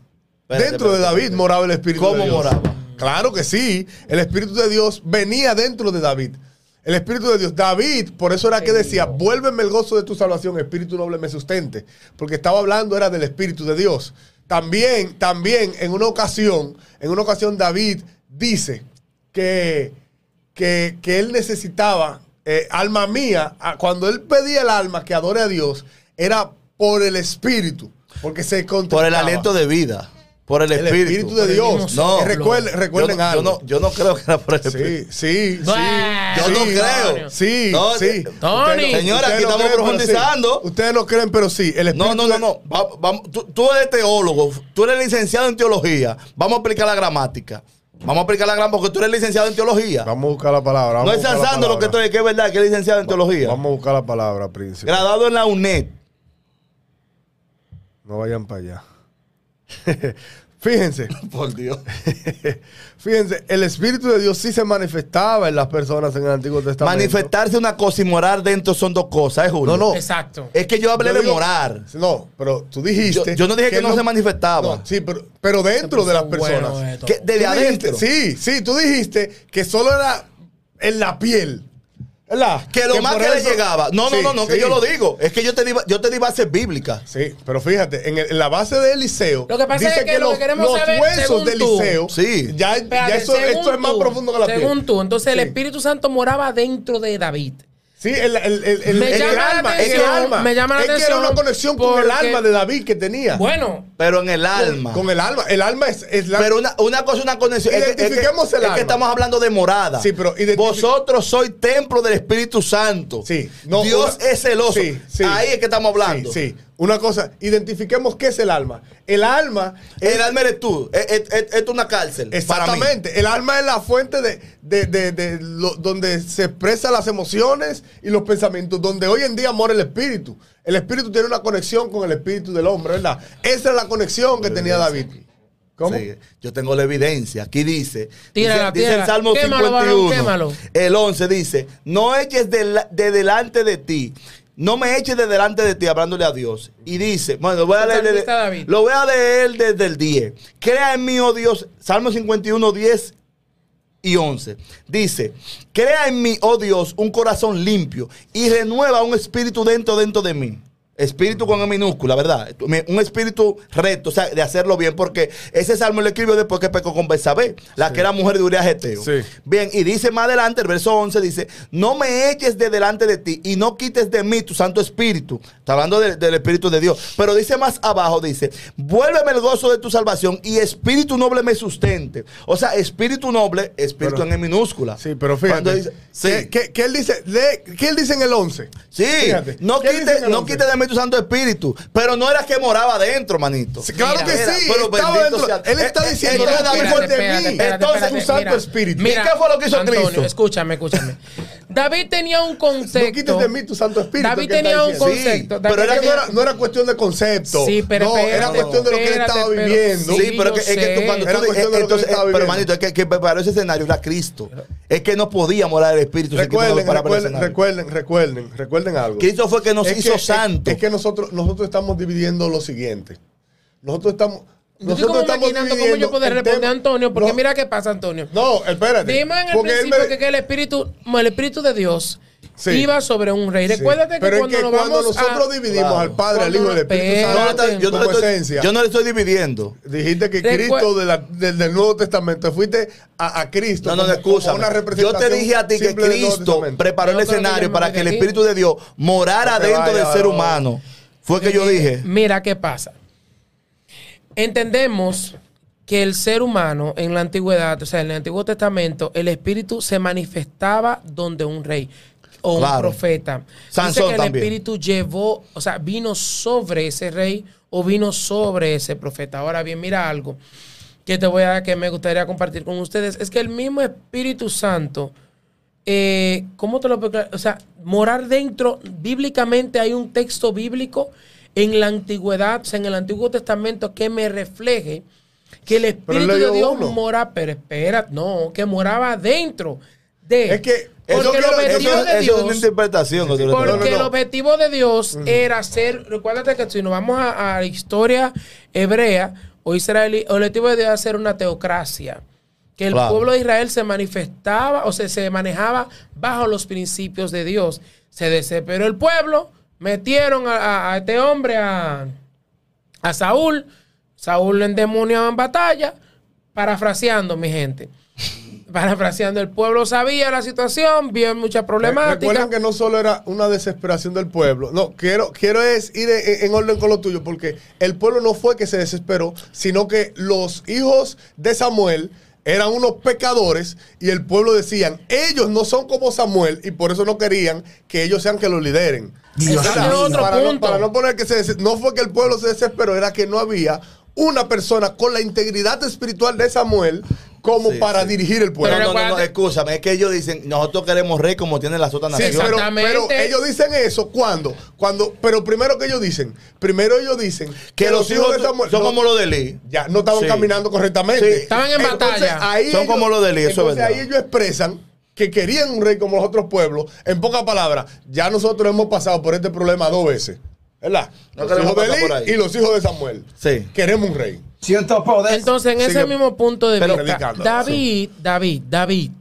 Espérate,
dentro de
espérate,
David
espérate.
moraba el Espíritu
¿Cómo
de Dios.
moraba?
Claro que sí. El Espíritu de Dios venía dentro de David. El Espíritu de Dios. David, por eso era que decía, vuélveme el gozo de tu salvación, Espíritu noble me sustente. Porque estaba hablando era del Espíritu de Dios. También, también, en una ocasión, en una ocasión David dice que, que, que él necesitaba, eh, alma mía, a- cuando él pedía el alma que adore a Dios, era por el Espíritu. Porque se
Por el
contentaba.
aliento de vida. Por el
El
Espíritu.
Espíritu de
Por el
Dios.
mismo
No.
Recuerden,
yo
recuerden
no,
algo.
Yo no, yo no creo que era por el Espíritu.
Sí, sí, sí.
Bueno,
Yo no
sí,
creo.
Sí,
No,
Tony.
sí. Ustedes
Señora,
no- ustedes
aquí
no
estamos
creen, pero sí.
profundizando.
Ustedes no creen, pero sí. El
No,
Espíritu
no,
de-
no, no. Va- vamos- tú, tú eres teólogo, tú eres licenciado en teología. Vamos a aplicar la gramática. Vamos a aplicar la gramática porque tú eres licenciado en teología.
Vamos a buscar la palabra.
no
vamos
es
a buscar la
alzando lo que
palabra.
estoy, que es verdad, que es licenciado en teología.
Vamos a buscar la palabra, príncipe.
Graduado en la UNED.
No vayan para allá. Fíjense,
Por Dios.
fíjense, el Espíritu de Dios sí se manifestaba en las personas en el Antiguo Testamento.
Manifestarse una cosa y morar dentro son dos cosas, ¿eh, Julio?
No, no.
Exacto.
Es que yo hablé
Yo
de
digo-
morar.
No, pero tú
Yo-
dijiste.
yo no dije que no se manifestaba.
No, sí, pero, pero dentro de las personas.
Bueno, esto.
Que
Tú
desde
dijiste-
adentro.
sí, sí, tú dijiste que solo era en la piel. ¿Verdad?
Que lo más
por
que le
eso-
llegaba. No,
Sí,
no, no, no,
sí.
que yo lo digo. Es que yo te di, yo te di bases bíblicas.
Sí, pero fíjate, en, el- en la base de Eliseo.
Lo que pasa
dice
es que lo que queremos
los
saber,
huesos
según
de
tú.
Eliseo.
Sí.
Ya, ya
Espérate,
eso, esto
según
es más
tú,
profundo que la piel.
Según tú, entonces el
Sí.
Espíritu Santo moraba dentro de David.
Sí, el, el, el, el-
Me
el
llama la
alma,
atención,
el alma.
me llama la
es que era
atención
una conexión con el
porque-
alma de David que tenía.
Bueno,
Pero en el alma.
Con el alma. El alma es, es la.
Pero una, una cosa, una conexión. Es que- es que-
Identifiquemos
es
el
que,
alma.
estamos hablando de morada.
Sí, pero identifi-
Vosotros sois templo del Espíritu Santo.
Sí, no,
Dios
una-
es celoso.
Sí, sí.
Ahí es que estamos hablando.
Sí, sí. Una cosa, identifiquemos qué es el alma. El alma es.
El alma eres tú. Es- es- es- Esto es una cárcel. Para mí.
Exactamente. El alma es la fuente de, de- de- de lo- donde se expresan las emociones y los pensamientos, donde hoy en día mora el espíritu. El espíritu tiene una conexión con el espíritu del hombre, ¿verdad? Esa es la conexión que tenía David. ¿Cómo?
Sí, yo tengo la evidencia. Aquí dice,
Tírala,
dice, dice
tírala.
el Salmo
Quémalo, varón,
51,
quémalo.
el 11 dice, no eches de, la- de delante de ti, no me eches de delante de ti, hablándole a Dios. Y dice, bueno, voy a
El
leer, desde-
salmista David.
lo voy a leer desde el 10. Crea en mí, oh Dios, Salmo 51, 10 y 11. Dice, crea en mí, oh Dios, un corazón limpio y renueva un espíritu dentro, dentro de mí. Espíritu con E minúscula, ¿verdad? Un espíritu recto, o sea, de hacerlo bien, porque ese salmo lo escribió después que pecó con Betsabé, la que era mujer de Urias Geteo.
Sí.
Bien, y dice más adelante, el verso 11 dice, no me eches de delante de ti y no quites de mí tu santo espíritu. Está hablando de- del espíritu de Dios. Pero dice más abajo, dice, vuélveme el gozo de tu salvación y espíritu noble me sustente. O sea, espíritu noble, espíritu
Pero-
en E minúscula.
Sí, pero
Cuando
fíjate.
dice-
¿Qué-
sí,
qué, qué él dice? Le- ¿Qué él dice en el 11?
sí,
Fíjate.
no
¿Qué dice en
quites
el
no
11?
quite de mí tu santo espíritu. Pero no era que moraba adentro, manito.
Sí, Claro que
Mira,
sí,
pero
estaba
bendito
dentro.
sea-
Él está
Eh, eh,
diciendo,
eh,
no, David,
espérate,
fue de mí. Entonces, un santo espíritu.
¿Y qué fue lo que hizo
Antonio,
Cristo?
Escúchame, escúchame. David tenía un concepto.
No quites de mí tu Santo Espíritu.
David
que él
tenía
está
un
diciendo.
concepto. Sí,
concepto. David
Pero era, no,
tenía-
era, no era cuestión de concepto.
Sí, pero
no, era
espérate,
cuestión de lo que él
espérate,
estaba
pero-
viviendo.
Sí,
Sí, pero que,
yo
es que tú,
sé.
cuando
Era
tú
cuestión
dices,
de lo que
entonces, eh,
él estaba
pero
viviendo.
hermanito, es que, que preparó ese escenario era Cristo. Es que no podía morar el Espíritu. se quitó
Recuerden,
para ver el
recuerden,
escenario.
recuerden, recuerden, recuerden algo.
Cristo fue que nos
Es
hizo
que- es-
santo.
Es, que nosotros, nosotros estamos dividiendo lo siguiente. Nosotros estamos.
Yo estoy
nosotros
como
estamos
maquinando cómo
dividiendo
yo puedo
el
responder
tema-
a Antonio, porque
no,
mira qué pasa, Antonio.
No, espérate.
Dime en el
porque él me-
principio que, que el espíritu, el espíritu de Dios
Sí.
iba sobre un rey.
Sí.
Recuérdate que
Pero es
cuando nos vamos
nosotros
a-
dividimos
Claro.
al Padre, al
Cuando
Hijo y al
nos-
Espíritu
No, no
Santo
está- yo, no le
como
estoy,
esencia,
yo no le estoy dividiendo.
Dijiste que
Recuer-
Cristo de la- del, del Nuevo Testamento, fuiste a, a Cristo.
No, no, no,
como- como
excusa.
una
Yo
representación
te dije a ti que
simple del Nuevo
Cristo
Testamento.
preparó el
Yo creo que
escenario
yo me
para
voy
que
de
el
aquí.
Espíritu de Dios morara
No te
dentro del
vayas,
ser
no.
humano. Fue que
Eh,
yo dije.
Mira qué pasa. Entendemos que el ser humano en la antigüedad, o sea, en el Antiguo Testamento, el espíritu se manifestaba donde un rey o
Claro.
un profeta. Dice
Sansón
que el
también.
espíritu llevó, o sea, vino sobre ese rey o vino sobre ese profeta. Ahora bien, mira algo que te voy a que me gustaría compartir con ustedes es que el mismo Espíritu Santo eh, ¿Cómo te lo puedo aclarar? O sea, morar dentro, bíblicamente hay un texto bíblico en la antigüedad, o sea, en el Antiguo Testamento, que me refleje que el
Pero él
Espíritu
leyó
de Dios
uno.
mora, pero espera, no, que moraba dentro de.
Es que-
porque
eso
el
quiero-
objetivo
Eso,
de
eso es
Dios.
una interpretación. que tú le estás
Porque
dando.
no,
el
no.
objetivo de Dios era ser, recuérdate que si nos vamos a, a la historia hebrea o israelí, el objetivo de Dios era ser una teocracia. Que el
Claro.
pueblo de Israel se manifestaba o sea, se manejaba bajo los principios de Dios. Se desesperó el pueblo, metieron a, a- a este hombre, a, a Saúl. Saúl lo endemoniaba en batalla, parafraseando, mi gente. parafraseando, el pueblo sabía la situación, vio muchas problemáticas.
Recuerden que no solo era una desesperación del pueblo. No, quiero, quiero es ir en, en orden con lo tuyo, porque el pueblo no fue que se desesperó, sino que los hijos de Samuel eran unos pecadores y el pueblo decían, ellos no son como Samuel y por eso no querían que ellos sean que los lideren.
Dios
Era-
mío. Otro
para, no,
punto.
para no poner que se des- no fue que el pueblo se desesperó, era que no había una persona con la integridad espiritual de Samuel como
Sí,
para
sí.
dirigir el pueblo.
no, no, no, no,
recuerda-
escúchame, es que ellos dicen, nosotros queremos rey como tienen las otras
Sí,
naciones.
pero,
Exactamente.
pero ellos dicen eso cuando, cuando, pero primero que ellos dicen, primero ellos dicen
que, los hijos
de Samuel
son
no-
como los de Eli.
ya no estaban
Sí.
caminando correctamente.
Sí.
Estaban en batalla.
ahí
Son como los de Elí, eso es
entonces
verdad.
ahí ellos expresan que querían un rey como los otros pueblos. En pocas palabras, ya nosotros hemos pasado por este problema dos veces. ¿Verdad?
No
los
queremos
hijos de
pasar por
Elí
ahí.
y los hijos de Samuel.
Sí.
Queremos un rey.
Siento
Pues,
poder.
Entonces, en ese
Sigue
mismo punto de
pero
vista,
predicando,
David, David, David,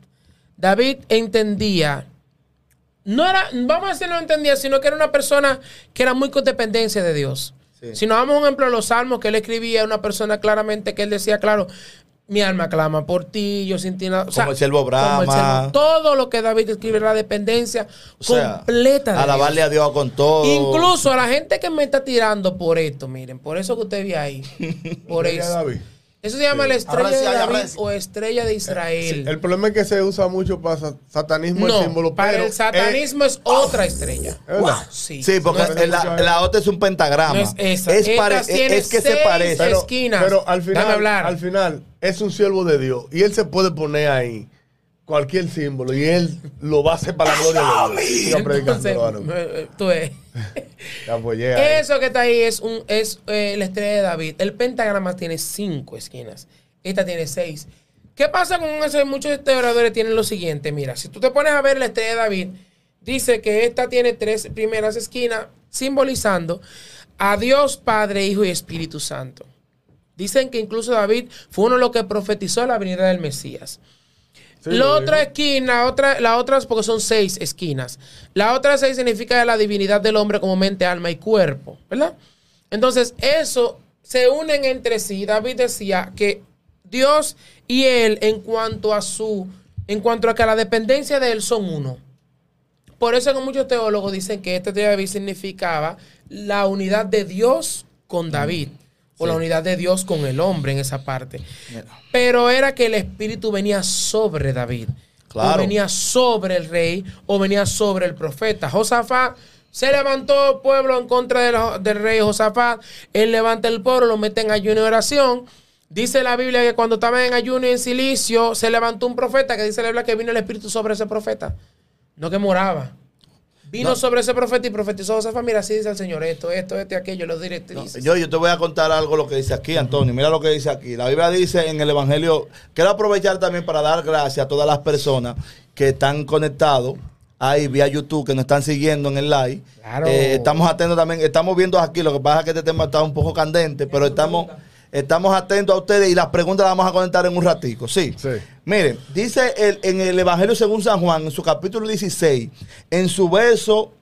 David entendía, no era, vamos a decir no entendía, sino que era una persona que era muy codependencia de Dios.
Sí.
Si nos damos un ejemplo de los salmos que él escribía, una persona claramente que él decía, claro, mi alma clama por ti, yo sin ti nada. O sea,
Como el siervo Brahma.
todo lo que David escribe era la dependencia
O sea,
completa de Dios.
alabarle a Dios con todo.
Incluso a la gente que me está tirando por esto, miren, por eso que usted ve ahí. Por
Sería
eso.
David.
Eso se llama la estrella
Arranca,
de David
arranca.
o estrella de Israel.
Eh, El problema es que se usa mucho para sa- satanismo el símbolo.
no, para
pero eh,
el satanismo es otra estrella.
es verdad.
Sí,
Sí, porque
no es-
la, la otra es un pentagrama.
No es esa. Estas
pare-
tienen
es que se
seis
parece.
Pero- esquinas.
Pero al
Dame
final,
hablar.
al final, es un siervo de Dios y él se puede poner ahí cualquier símbolo y él lo va a hacer para la gloria de Dios. Siga
entonces,
predicando, varón.
eh, eh, tú ves.
Te apoyé ahí.
Eso que está ahí es, un, es eh, la estrella de David. El pentagrama tiene cinco esquinas. Esta tiene seis. ¿Qué pasa con eso? Muchos historiadores tienen lo siguiente. Mira, si tú te pones a ver la estrella de David, dice que esta tiene tres primeras esquinas simbolizando a Dios Padre, Hijo y Espíritu Santo. Dicen que incluso David fue uno de los que profetizó la venida del Mesías.
Sí,
la
lo
otra
digo.
esquina, otra, la otra es porque son seis esquinas. La otra seis significa la divinidad del hombre como mente, alma y cuerpo, ¿verdad? Entonces, eso se unen entre sí. David decía que Dios y él, en cuanto a su, en cuanto a que la dependencia de él son uno. Por eso que muchos teólogos dicen que este teoría de David significaba la unidad de Dios con David. O la unidad de Dios con el hombre en esa parte. Pero era que el espíritu venía sobre David.
Claro.
O venía sobre el rey o venía sobre el profeta. Josafat se levantó el pueblo en contra de la- del rey Josafat. Él levanta el pueblo, lo mete en ayuno y oración. Dice la Biblia que cuando estaba en ayuno y en silicio, se levantó un profeta que dice la Biblia que vino el espíritu sobre ese profeta. No que moraba. Vino
No.
sobre ese profeta y profetizó Josafat. Mira, así dice el Señor, esto, esto, esto y aquello, los directrices.
Yo, yo te voy a contar algo lo que dice aquí, Antonio. Mira lo que dice aquí. La Biblia dice en el Evangelio. Quiero aprovechar también para dar gracias a todas las personas que están conectados ahí vía YouTube, que nos están siguiendo en el live.
Claro.
Eh, estamos atentos también, estamos viendo aquí. Lo que pasa es que este tema está un poco candente, pero estamos, estamos atentos a ustedes y las preguntas las vamos a conectar en un ratico. Sí.
Sí.
Miren, dice el- en el Evangelio según San Juan, en su capítulo 16, en su verso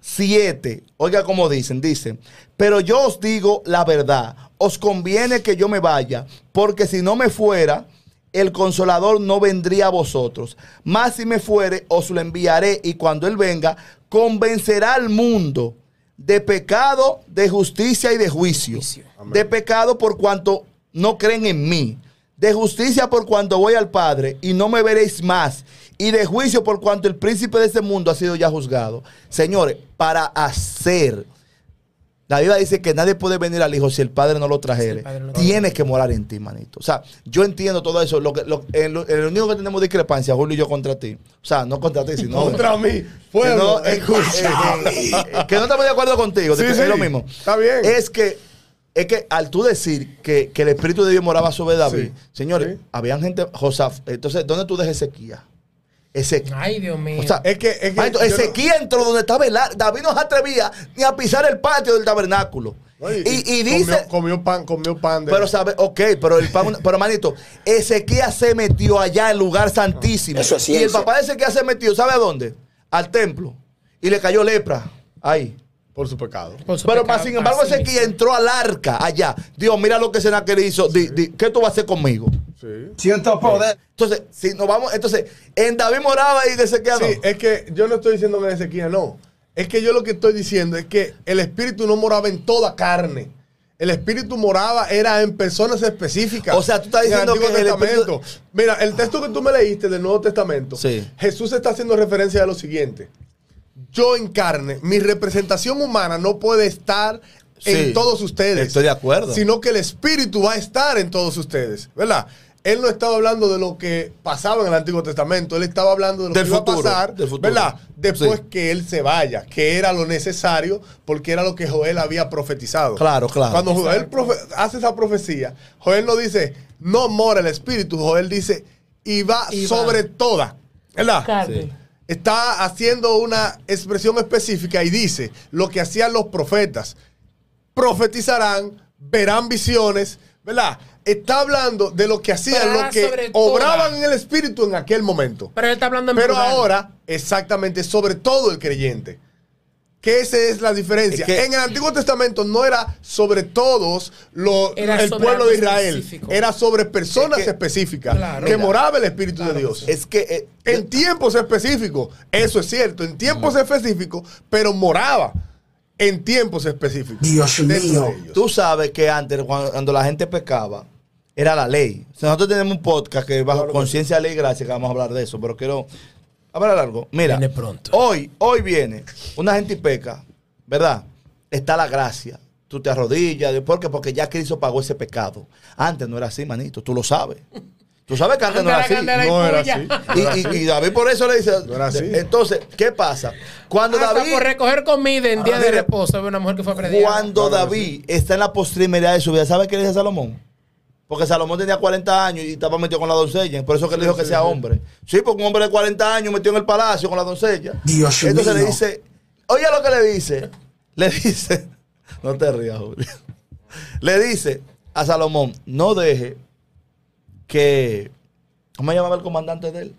7, oiga como dicen, dicen, pero yo os digo la verdad, os conviene que yo me vaya, porque si no me fuera, el consolador no vendría a vosotros, mas si me fuere, os lo enviaré y cuando él venga, convencerá al mundo de pecado, de justicia y de juicio.
Juicio.
Amén.
De pecado por cuanto no creen en mí. De justicia por cuanto voy al Padre y no me veréis más. Y de juicio por cuanto el príncipe de este mundo ha sido ya juzgado. Señores, para hacer. La Biblia dice que nadie puede venir al Hijo si el Padre no lo trajere.
el Padre no lo
Tienes que morar en ti, manito. O sea, yo entiendo todo eso. Lo que, lo, en lo- en lo único que tenemos discrepancia, Julio y yo contra ti. O sea, no contra ti, sino...
Contra mí,
Que
pueblo,
no, eh, eh, eh, que no estamos de acuerdo contigo,
Sí,
es
sí,
lo mismo.
está bien.
Es que, es que al tú decir que, que el espíritu de Dios moraba sobre David,
Sí,
señores,
sí.
habían gente, Josaf, entonces, ¿dónde tú dejas Ezequiel? Ezequiel.
Ay, Dios mío.
O sea,
Es que- es que
maestro,
yo no-
Ezequiel entró donde estaba el ar- David no se atrevía ni a pisar el patio del tabernáculo.
Oye,
y, y dice,
Comió, comió pan, comió pan. de-
pero sabe, ok, pero el pan- pero manito, Ezequiel se metió allá al lugar santísimo.
Eso es
y el
ciencia.
papá de Ezequiel se metió, ¿sabe a dónde? Al templo. Y le cayó lepra. Ahí.
por su pecado.
Por su
Pero
pecado,
más sin embargo,
así
Ezequiel
mismo.
entró al arca allá. Dios, mira lo que Senaquer hizo. Di- di, ¿Qué tú vas a hacer conmigo?
Sí.
Siento poder.
Entonces, si nos vamos, entonces, en David Moraba y de Ezequiel.
Sí, es que yo no estoy diciendo que en Ezequiel no. Es que yo lo que estoy diciendo es que el espíritu no moraba en toda carne. El espíritu moraba era en personas específicas.
O sea, tú estás
En el
diciendo
Antiguo
que el
Testamento. Mira, el texto que tú me leíste del Nuevo Testamento,
Sí.
Jesús está haciendo referencia a lo siguiente. Yo en carne, mi representación humana no puede estar
Sí,
en todos ustedes.
estoy de acuerdo.
Sino que el espíritu va a estar en todos ustedes, ¿verdad? Él no estaba hablando de lo que pasaba en el Antiguo Testamento, él estaba hablando de lo
Del
que iba
futuro,
a pasar,
del futuro.
¿verdad? Después
Sí.
que él se vaya, que era lo necesario, porque era lo que Joel había profetizado.
Claro, claro.
Cuando Joel profe- hace esa profecía, Joel no dice, no mora el espíritu, Joel dice, y va
Y va.
sobre toda. ¿Verdad?
Carmen.
Está haciendo una expresión específica y dice lo que hacían los profetas. Profetizarán, verán visiones, ¿verdad? Está hablando de lo que hacían,
Pero
lo
va sobre
que
toda.
obraban en el espíritu en aquel momento.
Pero él está hablando en
Pero
plural.
ahora, exactamente, sobre todo el creyente. Que esa es la diferencia.
Es que-
en el Antiguo Testamento no era sobre todos lo-
Era
el
sobre
pueblo
algo
de Israel.
específico.
Era sobre personas
Es que-
específicas
Claro.
que
Mira.
moraba el Espíritu de Dios.
Es que eh,
En tiempos específicos, eso es cierto, en tiempos específicos, pero moraba en tiempos específicos.
Dios
dentro de
mío.
ellos.
tú sabes que antes, cuando, cuando la gente pecaba, era la ley. O sea, nosotros tenemos un podcast que bajo
Claro que
conciencia, ley y gracia, que vamos a hablar de eso, pero quiero hablar algo. Mira,
Viene pronto.
hoy, hoy viene una gente y peca, ¿verdad? Está la gracia. Tú te arrodillas, ¿por qué? Porque ya Cristo pagó ese pecado. Antes no era así, manito, tú lo sabes. Tú sabes que antes no era
Ándala,
así.
ándala y
No era
puya.
así.
Y, y- y David por eso le dice.
No era así.
Entonces, ¿qué pasa? Cuando
Hasta
David.
por recoger comida en día de
mira,
reposo de una mujer que fue apredada.
Cuando
Claro que
David está en la postrimería de su vida, ¿sabe qué le dice a Salomón? Porque Salomón tenía 40 años y estaba metido con la doncella. Por eso que le
Sí,
dijo que
sí,
sea
sí.
hombre. Sí, porque un hombre de 40 años metido en el palacio con la doncella.
Dios
Entonces le
mío.
dice, oye lo que le dice. Le dice, no te rías, Julio. Le dice a Salomón, no deje que... ¿Cómo se llamaba el comandante de él?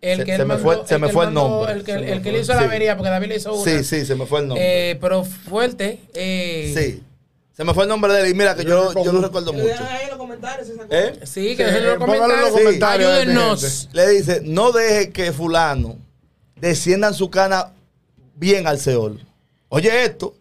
El
Se-
que él
se me fue- se me
que él
fue el
mandó,
nombre.
El que,
Se
el
me
que
fue.
le hizo la
Sí.
avería, porque David le hizo una.
Sí, sí, se me fue el nombre.
Eh, pero fuerte. Eh,
sí. Se me fue el nombre de él. Y mira que yo, yo lo recuerdo
Que le
mucho.
dejan ahí en los comentarios. esa cosa.
¿Eh?
Sí, que
Sí,
dejen en los
pónganlo en los
comentarios.
comentarios,
Ayúdennos.
gente.
le dice, no deje que fulano descienda en su cana bien al Seol. Oye esto.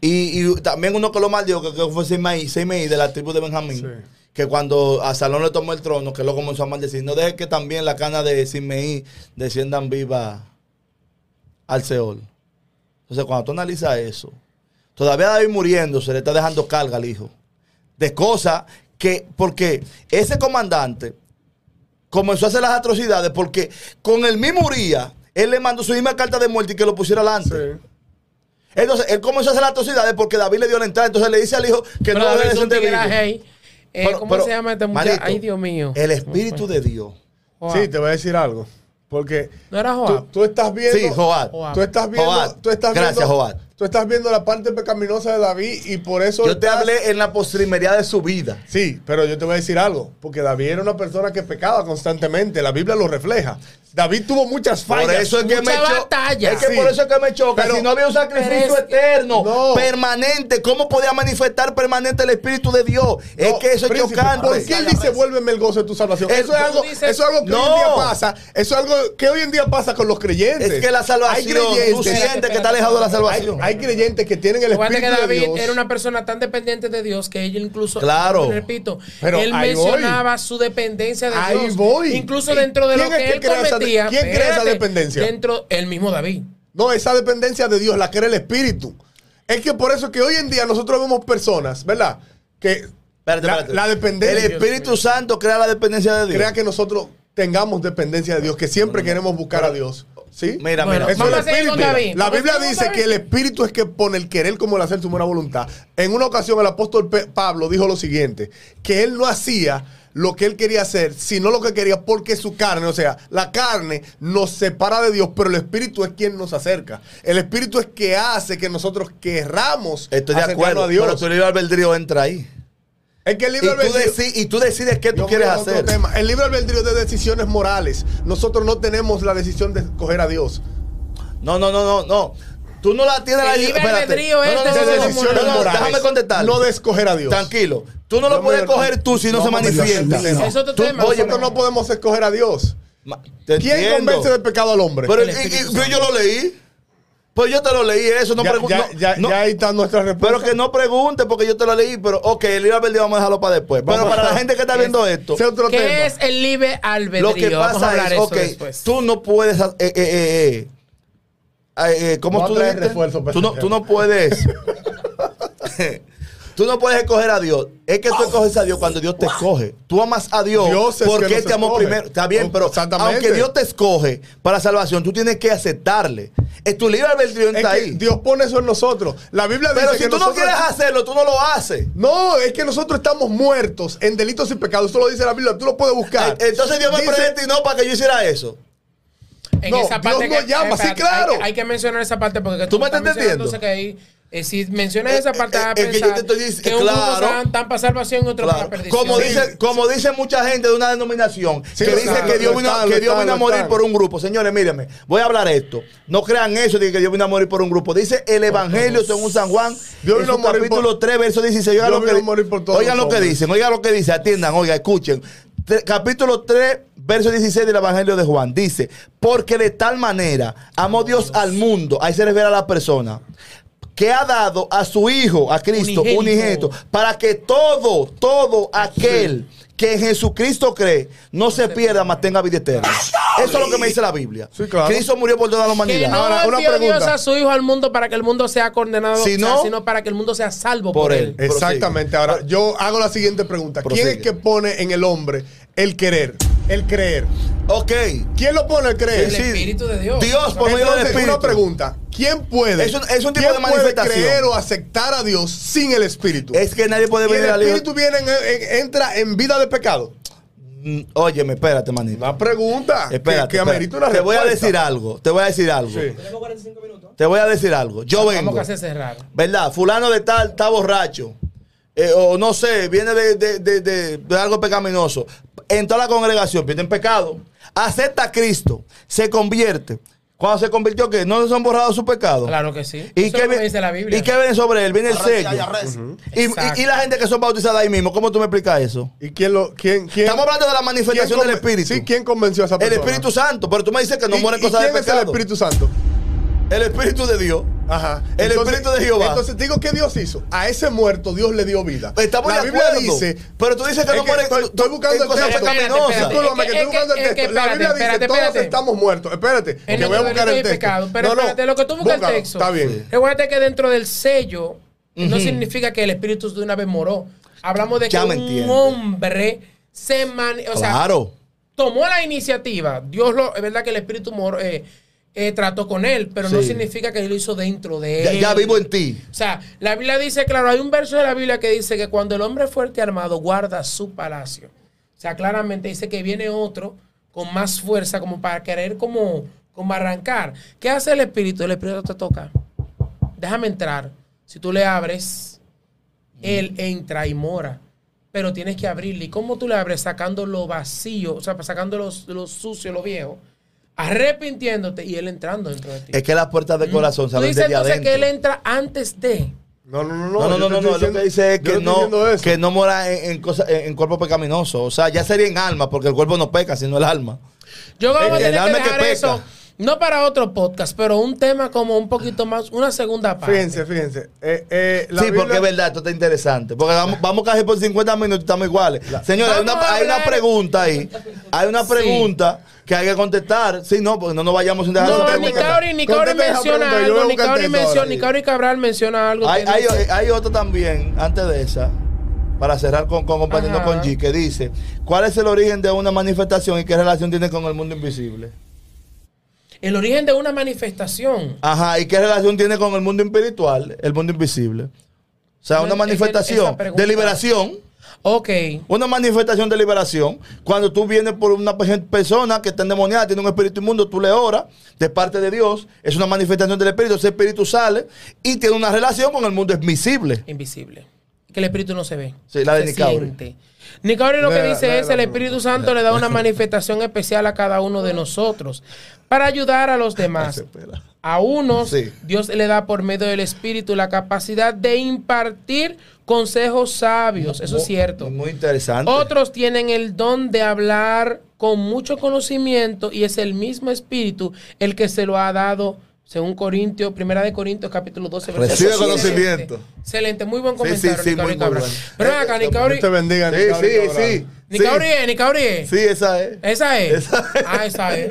Y, y también uno que lo maldijo, que, que fue Simei, Simei de la tribu de Benjamín,
Sí.
que cuando a Salón le tomó el trono, que lo comenzó a maldecir, no deje que también la cana de Simei desciendan viva al Seol. Entonces, cuando tú analizas eso, todavía David muriendo se le está dejando carga al hijo. De cosas que, porque ese comandante comenzó a hacer las atrocidades porque con el mismo Uría, él le mandó su misma carta de muerte y que lo pusiera adelante.
Sí.
Entonces, él comenzó a hacer las atrocidades porque David le dio la entrada. Entonces le dice al hijo que
Pero
no
David
debe
es un
descender vivo.
tigreaje ahí. Eh,
Pero-
¿Cómo
pero,
se llama este muchacho?
manito,
Ay, Dios mío.
El Espíritu de Dios.
Joab.
Sí, te voy a decir algo. Porque
¿No era Joab?
Tú, tú estás viendo.
Sí, Joab.
Joab.
Tú estás viendo.
Joab.
Tú estás
Gracias,
viendo,
Joab.
Tú estás viendo la parte pecaminosa de David y por eso.
Yo te
estás-
hablé en la postrimería de su vida.
Sí, pero yo te voy a decir algo. Porque David era una persona que pecaba constantemente. La Biblia lo refleja. David tuvo muchas fallas.
Por eso es que
mucha
me choca.
batalla.
Es que
Sí.
por eso es que me choca.
Pero-
si no había un sacrificio
Pero es que-
eterno,
No.
permanente, ¿cómo podía manifestar permanente el Espíritu de Dios? es
No,
que eso es
príncipe,
chocante.
¿Por qué él dice vuélveme el gozo de tu salvación?
El-
Eso es algo,
tú dices-
eso es algo que
No.
hoy en día pasa. Eso es algo que hoy en día pasa con los creyentes.
Es que la salvación,
Hay
tú
creyentes,
sientes que está alejado de la
hay,
salvación.
hay creyentes que tienen el
Recuerda
espíritu
que
de
David
Dios.
era una persona tan dependiente de Dios que ella incluso,
Claro.
repito,
Pero
él
ahí voy.
mencionaba su dependencia de
Ahí
Dios.
voy.
Incluso dentro de lo
¿Quién
que,
es que
él
crea esa de-
cometía.
quién crea esa dependencia?
Dentro, el mismo David.
No, esa dependencia de Dios la crea el espíritu. Es que por eso que hoy en día nosotros vemos personas, ¿verdad? Que
Espérate,
la,
espérate.
la dependencia
El Espíritu Santo crea la dependencia de Dios.
crea que nosotros tengamos dependencia de Dios, que siempre queremos buscar a Dios. ¿Sí?
Mira,
Bueno,
mira.
Eso
Vamos a
es el
seguir con
espíritu.
David.
La
Vamos a
Biblia
seguir con
dice
David.
que el espíritu es que pone el querer como el hacer su buena voluntad. En una ocasión el apóstol Pe- Pablo dijo lo siguiente, que él no hacía lo que él quería hacer, sino lo que quería porque su carne, o sea, la carne nos separa de Dios, pero el espíritu es quien nos acerca. El espíritu es que hace que nosotros querramos
Estoy de
acercarnos
acuerdo,
a Dios.
pero tu libre albedrío entra ahí.
es que el
Y
libre
tú,
albedrío-
deci- y tú decides qué tú
Yo
quieres
voy a otro
hacer.
tema. El libre albedrío de decisiones morales. Nosotros no tenemos la decisión de escoger a Dios.
No, no, no, no, no. Tú no la tienes
El
la
libre
espérate.
albedrío es de
de
no,
decisiones
no, no,
morales.
Déjame contestar.
No de escoger a Dios.
Tranquilo. Tú no lo
No
puedes
me-
coger tú si no,
no
se
me-
manifiesta.
Eso
es otro
Tú-
tema.
Oye,
Nosotros no podemos escoger a Dios.
ma- te
¿Quién
entiendo.
convence del pecado al hombre?
Pero
El
y- y-
Espíritu
pero yo lo leí. Pues yo te lo leí eso. No
ya,
pregun-
ya-
no,
ya-
no.
ya ahí está nuestra respuesta.
Pero que no pregunte porque yo te lo leí. Pero ok, el libre albedrío vamos a dejarlo para después. Pero
Vamos
para
a-
la gente que está viendo esto.
Ese es otro tema.
¿Qué es el libre albedrío?
Lo que
Vamos a
pasa
hablar
es,
eso
ok,
después.
tú no puedes. ha- Eh, eh, eh, eh. Ah, eh, ¿Cómo
Voy a
tú
traer
dijiste?
refuerzo para
tú, no,
este
tú
tema.
no puedes. tú no puedes escoger a Dios. Es que tú escoges a Dios cuando Dios te escoge. Tú amas a Dios,
Dios es
porque
que
Él
nos
te amó
escoge.
primero. Está bien, pero
Exactamente.
aunque Dios te escoge para salvación, tú tienes que aceptarle. Es tu libre albedrío
Es
está
que
ahí.
Dios pone eso en nosotros. La Biblia
pero
dice
si
que
tú no
nosotros-
quieres hacerlo, tú no lo haces.
No, es que nosotros estamos muertos en delitos y pecados. Eso lo dice la Biblia. Tú lo puedes buscar.
Eh, Entonces Dios me
Dice-
predestinó para que yo hiciera eso.
en
No,
esa parte
Dios nos
que-
llama,
espérate,
sí, claro.
Hay, hay que mencionar esa parte porque que
¿Tú me
estás
estás entendiendo?
mencionando, o sea, que ahí, eh, si mencionas
Eh,
esa parte,
eh,
vas a
es que yo
pensar
te estoy dic-
que unos
claro.
están, para salvación y otros
Claro.
para perdición.
Como, dice, como dice mucha gente de una denominación
Sí,
que
lo
dice
están,
que
lo
Dios vino,
están,
que
lo
Dios
están,
vino a
lo
morir
están.
por un grupo. Señores, mírenme, voy a hablar esto. No crean eso de que Dios vino a morir por un grupo. Dice el Evangelio según San Juan,
Dios
en
vino
su
a morir
capítulo
por-
3, verso 16. Oigan,
Dios
lo que,
vino a morir por todos
oigan
los
lo que
hombres.
dicen, oigan lo que dice, atiendan, oigan, escuchen. Tre- capítulo 3, verso 16 del Evangelio de Juan. Dice, porque de tal manera amó Dios al mundo, ahí se refiere a la persona, que ha dado a su Hijo, a Cristo,
Unigénito.
unigénito, para que todo, todo aquel que en Jesucristo cree, no se pierda, mas tenga vida eterna. Eso es lo que me dice la Biblia.
Sí, claro.
Cristo murió por toda la
que
humanidad.
no
Ahora, una
envió
pregunta.
Dios a su hijo al mundo para que el mundo sea condenado,
Si
o sea,
no,
sino para que el mundo sea salvo
por
por,
él.
él.
Exactamente. Ahora, yo hago la siguiente pregunta. ¿Quién es
Prosigue.
que pone en el hombre el querer? El creer.
ok.
¿Quién lo pone el creer?
El
Sí,
Espíritu de Dios.
Dios por medio del
Entonces, una
Espíritu.
pregunta. ¿Quién puede,
Es un- es un tipo
¿quién
de
puede
manifestación.
creer o aceptar a Dios sin el Espíritu?
Es que nadie puede
y
venir a
el
la
Espíritu viene en- en- entra en vida de pecado.
Mm, Óyeme, espérate, manito.
Una pregunta que-
Espérate,
que,
espérate.
amerita una
Te voy a
respuesta.
decir algo. Te voy a decir algo.
Sí.
Tenemos 45 minutos.
Te voy a decir algo. Yo vengo.
Vamos a hacer cerrar.
¿Verdad? Fulano de tal está borracho. eh, o no sé, viene de, de- de- de- de algo pecaminoso. En toda la congregación, viene en pecado. Acepta a Cristo. Se convierte. Cuando se convirtió, ¿qué? ¿No les han borrado su pecado?
Claro que
¿Y
sí. Eso
qué,
es lo que
vi-
dice la Biblia.
¿Y qué viene sobre él? Viene el
Ahora sí
sello.
hay arresto.
Y- y,
Exacto.
y la gente que son bautizadas ahí mismo, ¿cómo tú me explicas eso?
¿Y quién lo quién quién
Estamos hablando de la manifestación
quién
del
conven-
Espíritu.
Sí, ¿quién convenció a esa
el
persona?
Espíritu Santo, pero tú me dices que no
¿Y-
mueren
y
cosas de
quién es el
pecado.
Espíritu Santo?
El Espíritu de Dios.
Ajá.
El Espíritu de Jehová.
Entonces digo que Dios hizo. A ese muerto Dios le dio vida.
Estamos
la
de
Biblia
acuerdo.
dice.
pero tú dices que
Es
no
que
mueren
estoy-
con-
estoy buscando
en
el
cosas
texto.
pecaminosas.
Espérate,
Discúlpame que estoy
es que-
buscando el
es que
texto. La
espérate,
Biblia dice
espérate,
todos
espérate.
estamos muertos. Espérate,
En
que
el
voy a buscar
Evangelio
el
hay
texto.
pecado, pero
No, no,
espérate, lo que tú buscas el
búscalo,
texto.
Está bien.
Recuerda que dentro del sello no significa que el espíritu de una vez moró. Hablamos de
Ya
que
me
un
entiendo.
hombre se man, o sea,
Claro.
tomó la iniciativa. Dios lo, es verdad que el espíritu moró, eh, eh, trató con él, pero no
Sí.
significa que él lo hizo dentro de
Ya,
él.
ya vivo en ti.
O sea, la Biblia dice, claro, hay un verso de la Biblia que dice que cuando el hombre fuerte y armado guarda su palacio. O sea, claramente dice que viene otro con más fuerza como para querer como, como arrancar. ¿Qué hace el espíritu? El espíritu te toca. Déjame entrar. Si tú le abres, él entra y mora. Pero tienes que abrirle. ¿Y cómo tú le abres? Sacando lo vacío, o sea, sacando los, los sucio, lo viejo, arrepintiéndote y él entrando dentro de ti.
Es que las puertas de corazón
Tú
salen
dices
desde
entonces
adentro.
que él entra antes de.
No, no, no,
No, no, no, no, no,
yo te estoy
Lo
diciendo-
que dice es
yo
que
estoy diciendo
no,
eso.
que no mora en, en, cosa- en- en cuerpo pecaminoso. O sea, ya sería en alma, porque el cuerpo no peca, sino el alma.
Yo creo que voy a
El
tener que
alma que
dejar
peca.
eso, no para otro podcast, pero un tema como un poquito más, una segunda parte.
Fíjense, fíjense. Eh, eh, la
sí, porque
Biblia-
es verdad, esto está interesante. Porque vamos, vamos casi por 50 minutos y estamos iguales. Señora, hay
Vamos
una,
a
hay una
hablar-
pregunta ahí. Hay una
Sí.
pregunta que hay que contestar. Sí, no, porque no nos vayamos sin dejar
Esa
No,
esa
ni
pregunta.
Cauri, ni Cauri
Contesta esa
menciona
pregunta, este
algo,
yo voy a
ni
buscar
Cauri
texto ahora,
menciona, ni
sí.
Cauri Cabral menciona algo.
Hay,
que
hay,
dice-
hay otro también, antes de esa, para cerrar con, con compartiendo
Ajá.
con G, que dice, ¿cuál es el origen de una manifestación y qué relación tiene con el mundo invisible?
El origen de una manifestación.
Ajá, ¿y qué relación tiene con el mundo espiritual, el mundo invisible? O sea,
No,
una
es que
manifestación
esa pregunta-
de liberación,
Ok.
una manifestación de liberación, cuando tú vienes por una pe- persona que está endemoniada, tiene un espíritu inmundo, tú le oras de parte de Dios, es una manifestación del espíritu, ese espíritu sale y tiene una relación con el mundo invisible.
Invisible. que el Espíritu no se ve.
Sí, la de
se
Nicauri.
siente. Nicauri lo que
Lea la-
dice
lea
es,
la
el
pregunta.
Espíritu Santo le da una manifestación especial a cada uno de nosotros para ayudar a los demás.
Espera.
A unos,
Sí.
Dios le da por medio del Espíritu la capacidad de impartir consejos sabios. Eso es
Mu-
cierto.
Muy interesante.
Otros tienen el don de hablar con mucho conocimiento y es el mismo espíritu el que se lo ha dado, según Corintios, Primera de Corintios, capítulo 12,
Recibe
siete.
conocimiento.
Excelente, muy buen
Sí, sí,
comentario.
sí,
Nicauri
muy, muy
Cabral.
bueno. Eh,
Pero ven acá, Nicauri.
Dios te bendiga,
Sí,
Nicauri
sí,
Cabral.
sí.
Nicauri
Sí.
es, Nicauri es.
Sí, esa es.
Esa es.
Esa es.
Ah, esa es.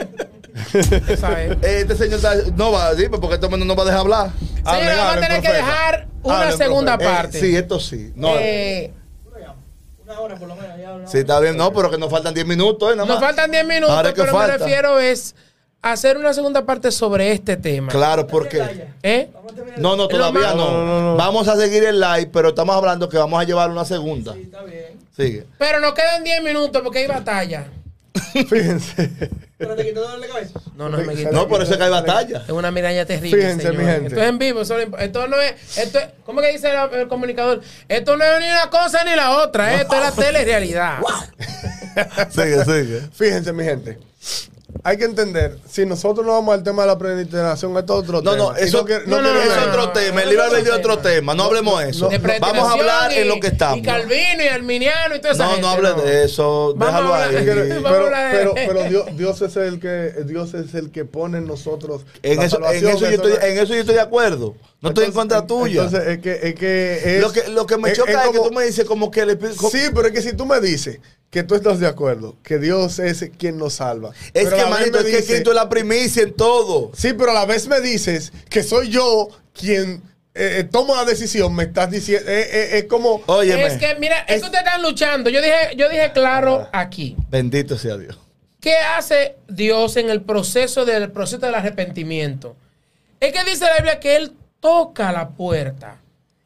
Esa es.
Eh, Este señor está- no va, sí, porque este mundo no va a dejar hablar.
Señora,
Hablen,
vamos a
hablen,
tener que
profeta.
dejar una
Hablen,
segunda
profeta.
Eh,
parte.
sí, esto sí. No,
Eh,
Una hora por lo menos. Ya hablamos.
sí, está bien, no, pero que nos faltan 10 minutos. Eh, nada
nos
más.
faltan 10 minutos,
Ahora que
pero me
falta.
refiero es hacer una segunda parte sobre este tema.
Claro, porque.
¿Eh?
Vamos a terminar.
No, no, todavía
más-
no.
No, no, no, no.
Vamos a seguir el live, pero estamos hablando que vamos a llevar una segunda.
Sí, está bien.
Sigue.
Pero nos quedan 10 minutos porque hay batalla.
Fíjense.
Espérate que te duele la cabeza.
No, no, me quito.
No, por eso es que hay batalla.
Es una miraña terrible.
Fíjense,
señores.
mi gente.
Esto es en vivo. eso no imp- Esto no es. Esto es- ¿Cómo que dice la- el comunicador? Esto no es ni una cosa ni la otra. ¿eh? Esto es la telerealidad.
Sigue, sigue.
Fíjense, mi gente. Hay que entender, si nosotros no vamos al tema de la predestinación, esto es otro
No,
tema.
no,
Y
eso,
que-
no,
no,
no,
no,
es
no, no,
otro
no,
tema. El
no,
libro
no,
de Dios
no,
es otro
no,
tema. No hablemos de eso.
De
Vamos a hablar en lo que
predestinación y-
estamos.
Y Calvino y Arminiano y toda esa
No,
gente,
no hables de eso.
Vamos a
Déjalo
hablar-
ahí.
Quiero-
Pero,
Vamos a hablar de-
pero, pero Dios, Dios es el que Dios es el que pone en nosotros
En
la
eso, en,
salvación,
eso yo
eso
estoy,
no-
en eso yo estoy de acuerdo. No estoy en contra tuya.
Entonces es que es que es-
lo, que, lo que me
es-
choca es,
es
que
como-
tú me dices como que el Espíritu... como-
Sí, pero es que si tú me dices que tú estás de acuerdo, que Dios es quien nos salva.
es
pero a
que,
la vez
manito,
me
es que
dice-
Cristo es la primicia en todo.
Sí, pero a la vez me dices que soy yo quien eh, eh, toma la decisión, me estás diciendo eh, eh, es como
Óyeme.
Es que, mira,
Es-
esto te están luchando. Yo dije, yo dije claro
Ah.
aquí.
Bendito sea Dios.
¿Qué hace Dios en el proceso del proceso del arrepentimiento? Es que dice la Biblia que Él toca la puerta.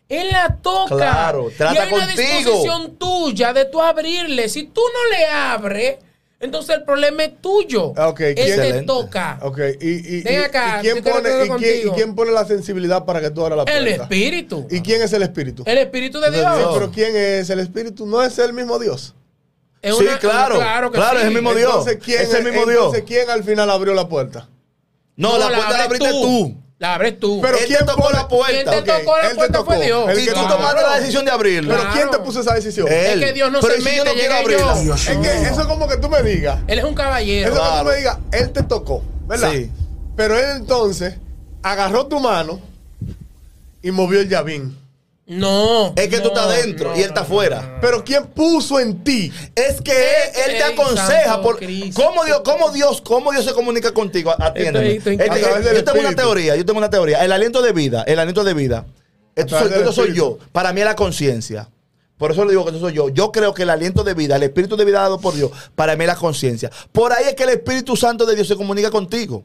Él la toca.
Claro, trata
y hay una
contigo.
disposición tuya de tú abrirle. Si tú no le abres, entonces el problema es tuyo.
Ah, ok,
Él te
excelente.
toca.
Ok, y, y,
Ven
y-
acá,
¿y quién
estoy de
pone,
acuerdo
y quién-
contigo.
y quién pone la sensibilidad para que tú abras la puerta?
El espíritu.
¿Y quién es el espíritu?
El espíritu de
De Dios.
Dios.
Sí, pero ¿quién es el espíritu? No es el mismo Dios.
Es
Sí,
una-
claro,
que
claro, es el
sí.
mismo Dios.
Entonces, ¿quién
Es el mismo Dios.
entonces, ¿quién al final abrió la puerta?
No, la puerta la
abres
abriste tú.
La abres tú.
Pero
Él
¿quién
te tocó
pone-
la puerta.
¿Quién te tocó la
él te
puerta
tocó.
fue Dios.
El
Y
que
tú
Claro.
tomaste la decisión de abrirlo.
Pero
Claro.
¿quién te puso esa decisión?
Él.
Es que Dios no
Pero
se
si
mete,
yo no quiero
llega yo.
abrirla.
Es que eso es como que tú me digas.
Él es un caballero.
Eso es como que tú
Claro.
me digas, él te tocó, ¿verdad?
Sí.
Pero él entonces agarró tu mano y movió el llavín.
No.
Es que tú
no,
estás dentro
no,
y él está
no,
afuera.
no, no.
Pero ¿quién puso en ti?
Es que
Es
él, él te
el
aconseja
Santo
por
Cristo.
cómo Dios, cómo Dios, cómo Dios se comunica contigo. Atiéndeme.
Esto es- esto es-
Este-
A través del
yo tengo una
Espíritu.
teoría, yo tengo una teoría. El aliento de vida, el aliento de vida. Esto,
través
soy,
del
esto soy yo.
Espíritu.
Para mí es la conciencia. Por eso le digo que eso soy yo. Yo creo que el aliento de vida, el espíritu de vida dado por Dios, para mí es la conciencia. Por ahí es que el Espíritu Santo de Dios se comunica contigo.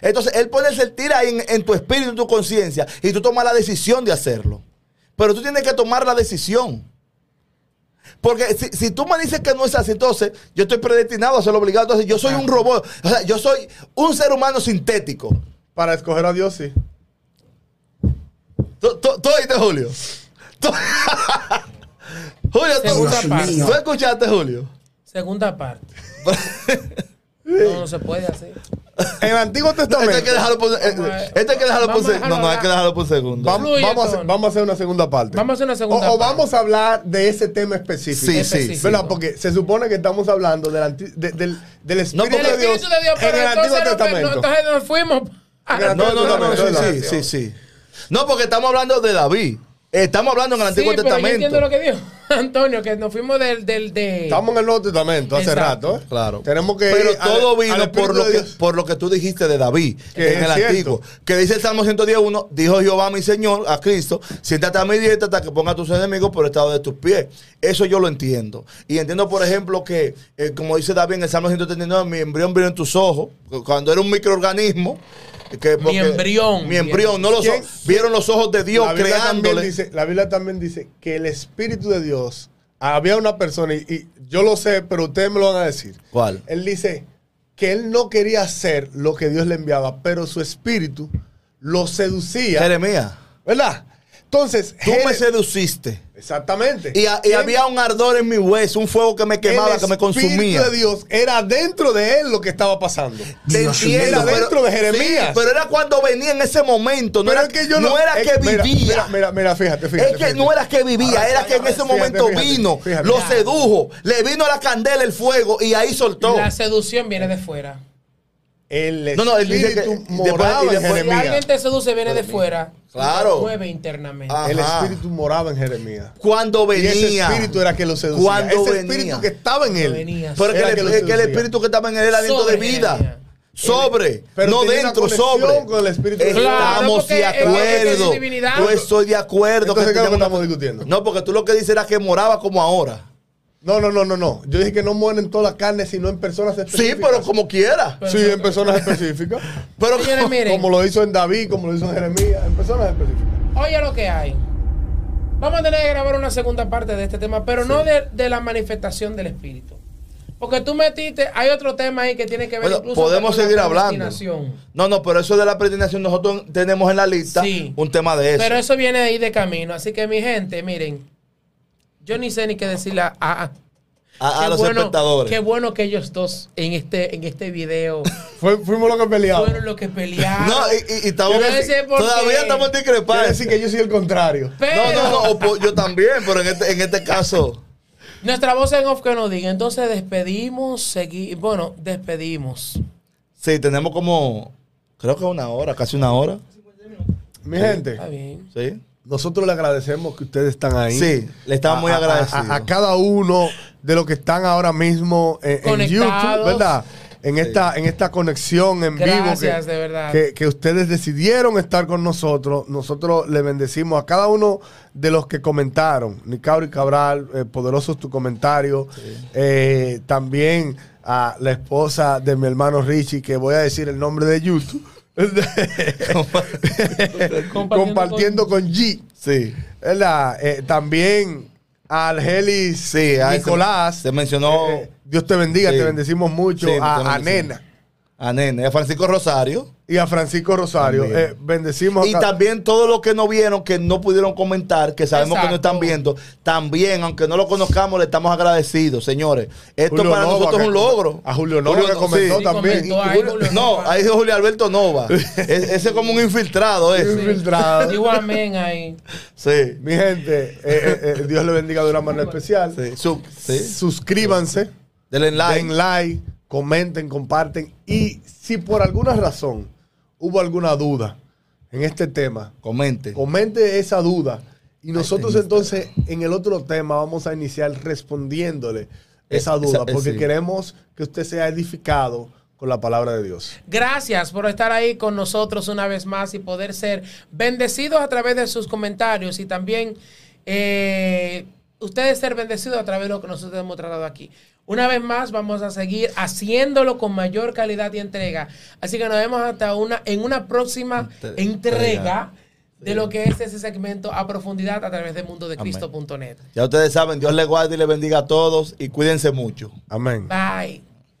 Entonces, Él puede sentir ahí en, en tu espíritu, en tu conciencia, y tú tomas la decisión de hacerlo. Pero tú tienes que tomar la decisión. Porque si, si tú me dices que no es así, entonces yo estoy predestinado a ser obligado. Entonces yo soy un robot. O sea, yo soy un ser humano sintético.
Para escoger a Dios, sí.
¿Tú, tú, tú oíste, Julio? Tú- Julio,
Segunda
tú,
parte.
¿tú escuchaste, Julio?
Segunda parte. No, no se puede hacer.
En el Antiguo
No,
Testamento.
esto hay que dejarlo por, eh,
Vamos a-
esto hay que dejarlo por
vamos a
se- No, no, hay
dejarlo
que dejarlo por un segundo.
Vamos,
Fluye
vamos a
todo.
hacer, vamos a hacer una segunda parte.
Vamos a hacer una segunda
O- o,
parte.
vamos a hablar de ese tema específico.
Sí, sí, sí.
¿Verdad? Porque se supone que estamos hablando del, anti- de- del, del Espíritu,
porque-
El
de, Dios
Espíritu de Dios, pero
en el Antiguo
entonces, no- no,
Testamento.
entonces nos fuimos. Ah,
Mira,
No, no, no, no, sí, sí, sí, sí. No, porque estamos hablando de David. Estamos hablando en el
sí,
Antiguo
pero yo entiendo lo
Testamento.
que dijo Antonio, que nos fuimos del... del de...
Estamos en el Nuevo Testamento hace
Exacto.
rato. ¿eh?
Claro.
Tenemos que
Pero
ir al-
todo
al
vino
Espíritu
por lo,
de
que,
Dios.
por lo que tú dijiste de David en
Que es
el
cierto.
antiguo. Que dice el Salmo 110.1, dijo Jehová mi Señor a Cristo, siéntate a mi dieta hasta que ponga a tus enemigos por el estado de tus pies. Eso yo lo entiendo. Y entiendo, por ejemplo, que eh, como dice David en el Salmo 139, mi embrión vino en tus ojos, cuando era un microorganismo. Que porque-
embrión.
Mi embrión. No los
¿Quién?
ojos- vieron los ojos de Dios
la Biblia, también
creándole.
dice, la Biblia también dice que el Espíritu de Dios había una persona, y, y yo lo sé, pero ustedes me lo van a decir.
¿Cuál?
Él dice que él no quería hacer lo que Dios le enviaba, pero su espíritu lo seducía.
Jeremías.
¿Verdad? Entonces,
Tú me
Jerez-
seduciste.
Exactamente.
Y, a- y
¿Quién-
había un ardor en mi hueso, un fuego que me quemaba,
el
que me consumía.
Espíritu de Dios era dentro de él lo que estaba pasando.
Te entiendo,
Era dentro de Jeremías.
sí, pero era cuando venía en ese momento. No
Pero
era,
es que yo no,
era
es
que
mira,
vivía.
Mira, mira, mira, fíjate, fíjate.
es que
fíjate.
no era que vivía,
Ahora,
era que en
ahora,
ese
fíjate,
momento
fíjate,
vino,
fíjate.
lo
Ya.
sedujo, le vino a la candela el fuego y ahí soltó.
La seducción viene de fuera.
El
No, no, él dice
espíritu
que- y
moraba
después- y
en
después-
Si alguien
Jeremías.
te seduce, viene de fuera.
Claro.
y te Mueve internamente.
Ah.
El
Ajá.
espíritu moraba en Jeremías.
Cuando venía.
Y ese espíritu era que lo seducía.
Cuando
ese
venía.
espíritu que estaba en él.
Venía.
Pero que,
era
el-
que lo
es que el
seducía.
espíritu que estaba en él era aliento de
Sobre
vida.
Jeremías.
Sobre,
Pero
no
tenía una
dentro,
conexión
sobre.
con el Espíritu de Dios.
Claro,
Estamos
porque
de
es- es- es
acuerdo.
divinidad.
Yo estoy de acuerdo.
Entonces, ¿qué es lo que
tenemos
estamos
una-
discutiendo?
este No, porque tú lo que dices era que moraba como ahora.
No, no, no, no, no. Yo dije que no mueren todas las carnes, sino en personas
Sí,
específicas.
pero como quiera.
Sí, en personas específicas.
Pero
Señores,
como-
miren.
Como lo hizo en David, como lo hizo en Jeremías, en personas específicas.
Oye lo que hay. Vamos a tener que grabar una segunda parte de este tema, pero no de, de la manifestación del espíritu. Porque tú metiste, hay otro tema ahí que tiene que ver
Bueno,
incluso
podemos
hasta con
seguir
la
hablando.
predestinación.
No, no, pero eso de la predestinación nosotros tenemos en la lista
Sí.
un tema de eso.
Pero eso viene ahí de camino. Así que, mi gente, miren, yo ni sé ni qué decirle a, a-
a, a
qué
los
bueno-
espectadores.
Qué bueno que ellos dos en este, en este video
Fue- fuimos los que peleamos.
fueron los que pelearon.
No, y, y- y estamos,
Yo no sé por
todavía
qué.
estamos en
Quiere decir
discrepancia.
que yo soy el contrario.
No,
pero
no, no, o po- yo también, pero en este, en este caso.
nuestra voz en off que nos diga. Entonces despedimos, segui bueno, despedimos.
Sí, tenemos como, creo que una hora, casi una hora.
Mi gente,
Está bien.
Sí.
nosotros le agradecemos que ustedes están ahí.
Sí, le estamos muy
A- a-
agradecidos.
A, a cada uno de los que están ahora mismo eh, en, en
Conectados.
YouTube, ¿verdad? En, esta, en esta conexión en vivo.
Gracias,
que-
de verdad.
Que, que ustedes decidieron estar con nosotros. Nosotros le bendecimos a cada uno de los que comentaron. Nicauri Cabral, eh, poderosos tu comentario. Eh, también a la esposa de mi hermano Richie, que voy a decir el nombre de YouTube. compartiendo con G.
Sí.
¿verdad? Eh, también a Argelis
Sí, a ese-
Nicolás.
se mencionó-
Eh, Dios te bendiga,
Sí.
te bendecimos mucho.
Sí, te
a, a
bendecimos.
Nena
A Nene, a Francisco Rosario.
y a Francisco Rosario.
También.
Eh, bendecimos
Y
a ca-
también todos los que no vieron, que no pudieron comentar, que sabemos que no
Exacto.
están viendo, también, aunque no lo conozcamos, le estamos agradecidos, señores. Esto
Julio
para
Nova,
nosotros es un
que-
logro.
a Julio Nova que
No-
comentó
sí.
también.
comentó ahí,
Julio-
Julio
no,
Nova.
ahí dijo Julio Alberto Nova. Es- ese es como un infiltrado, ese.
Infiltrado.
Digo amén ahí.
Sí.
Mi gente, eh, eh, eh, Dios le bendiga de una manera especial.
Sí. Su- sí.
Suscríbanse,
Denle like.
den like, comenten, comparten. Y si por alguna razón hubo alguna duda en este tema,
Comente.
Comente esa duda. Y nosotros
está
entonces en el otro tema vamos a iniciar respondiéndole esa
Eh,
duda,
esa- eh,
porque
sí.
queremos que usted sea edificado con la palabra de Dios.
Gracias por estar ahí con nosotros una vez más y poder ser bendecidos a través de sus comentarios y también eh, ustedes ser bendecidos a través de lo que nosotros hemos tratado aquí. Una vez más vamos a seguir haciéndolo con mayor calidad y entrega. Así que nos vemos hasta una en una próxima
Entre-
entrega de lo que es ese segmento a profundidad a través de mundodecristo.net.
Ya ustedes saben, Dios les guarde y les bendiga a todos y cuídense mucho.
Amén.
Bye.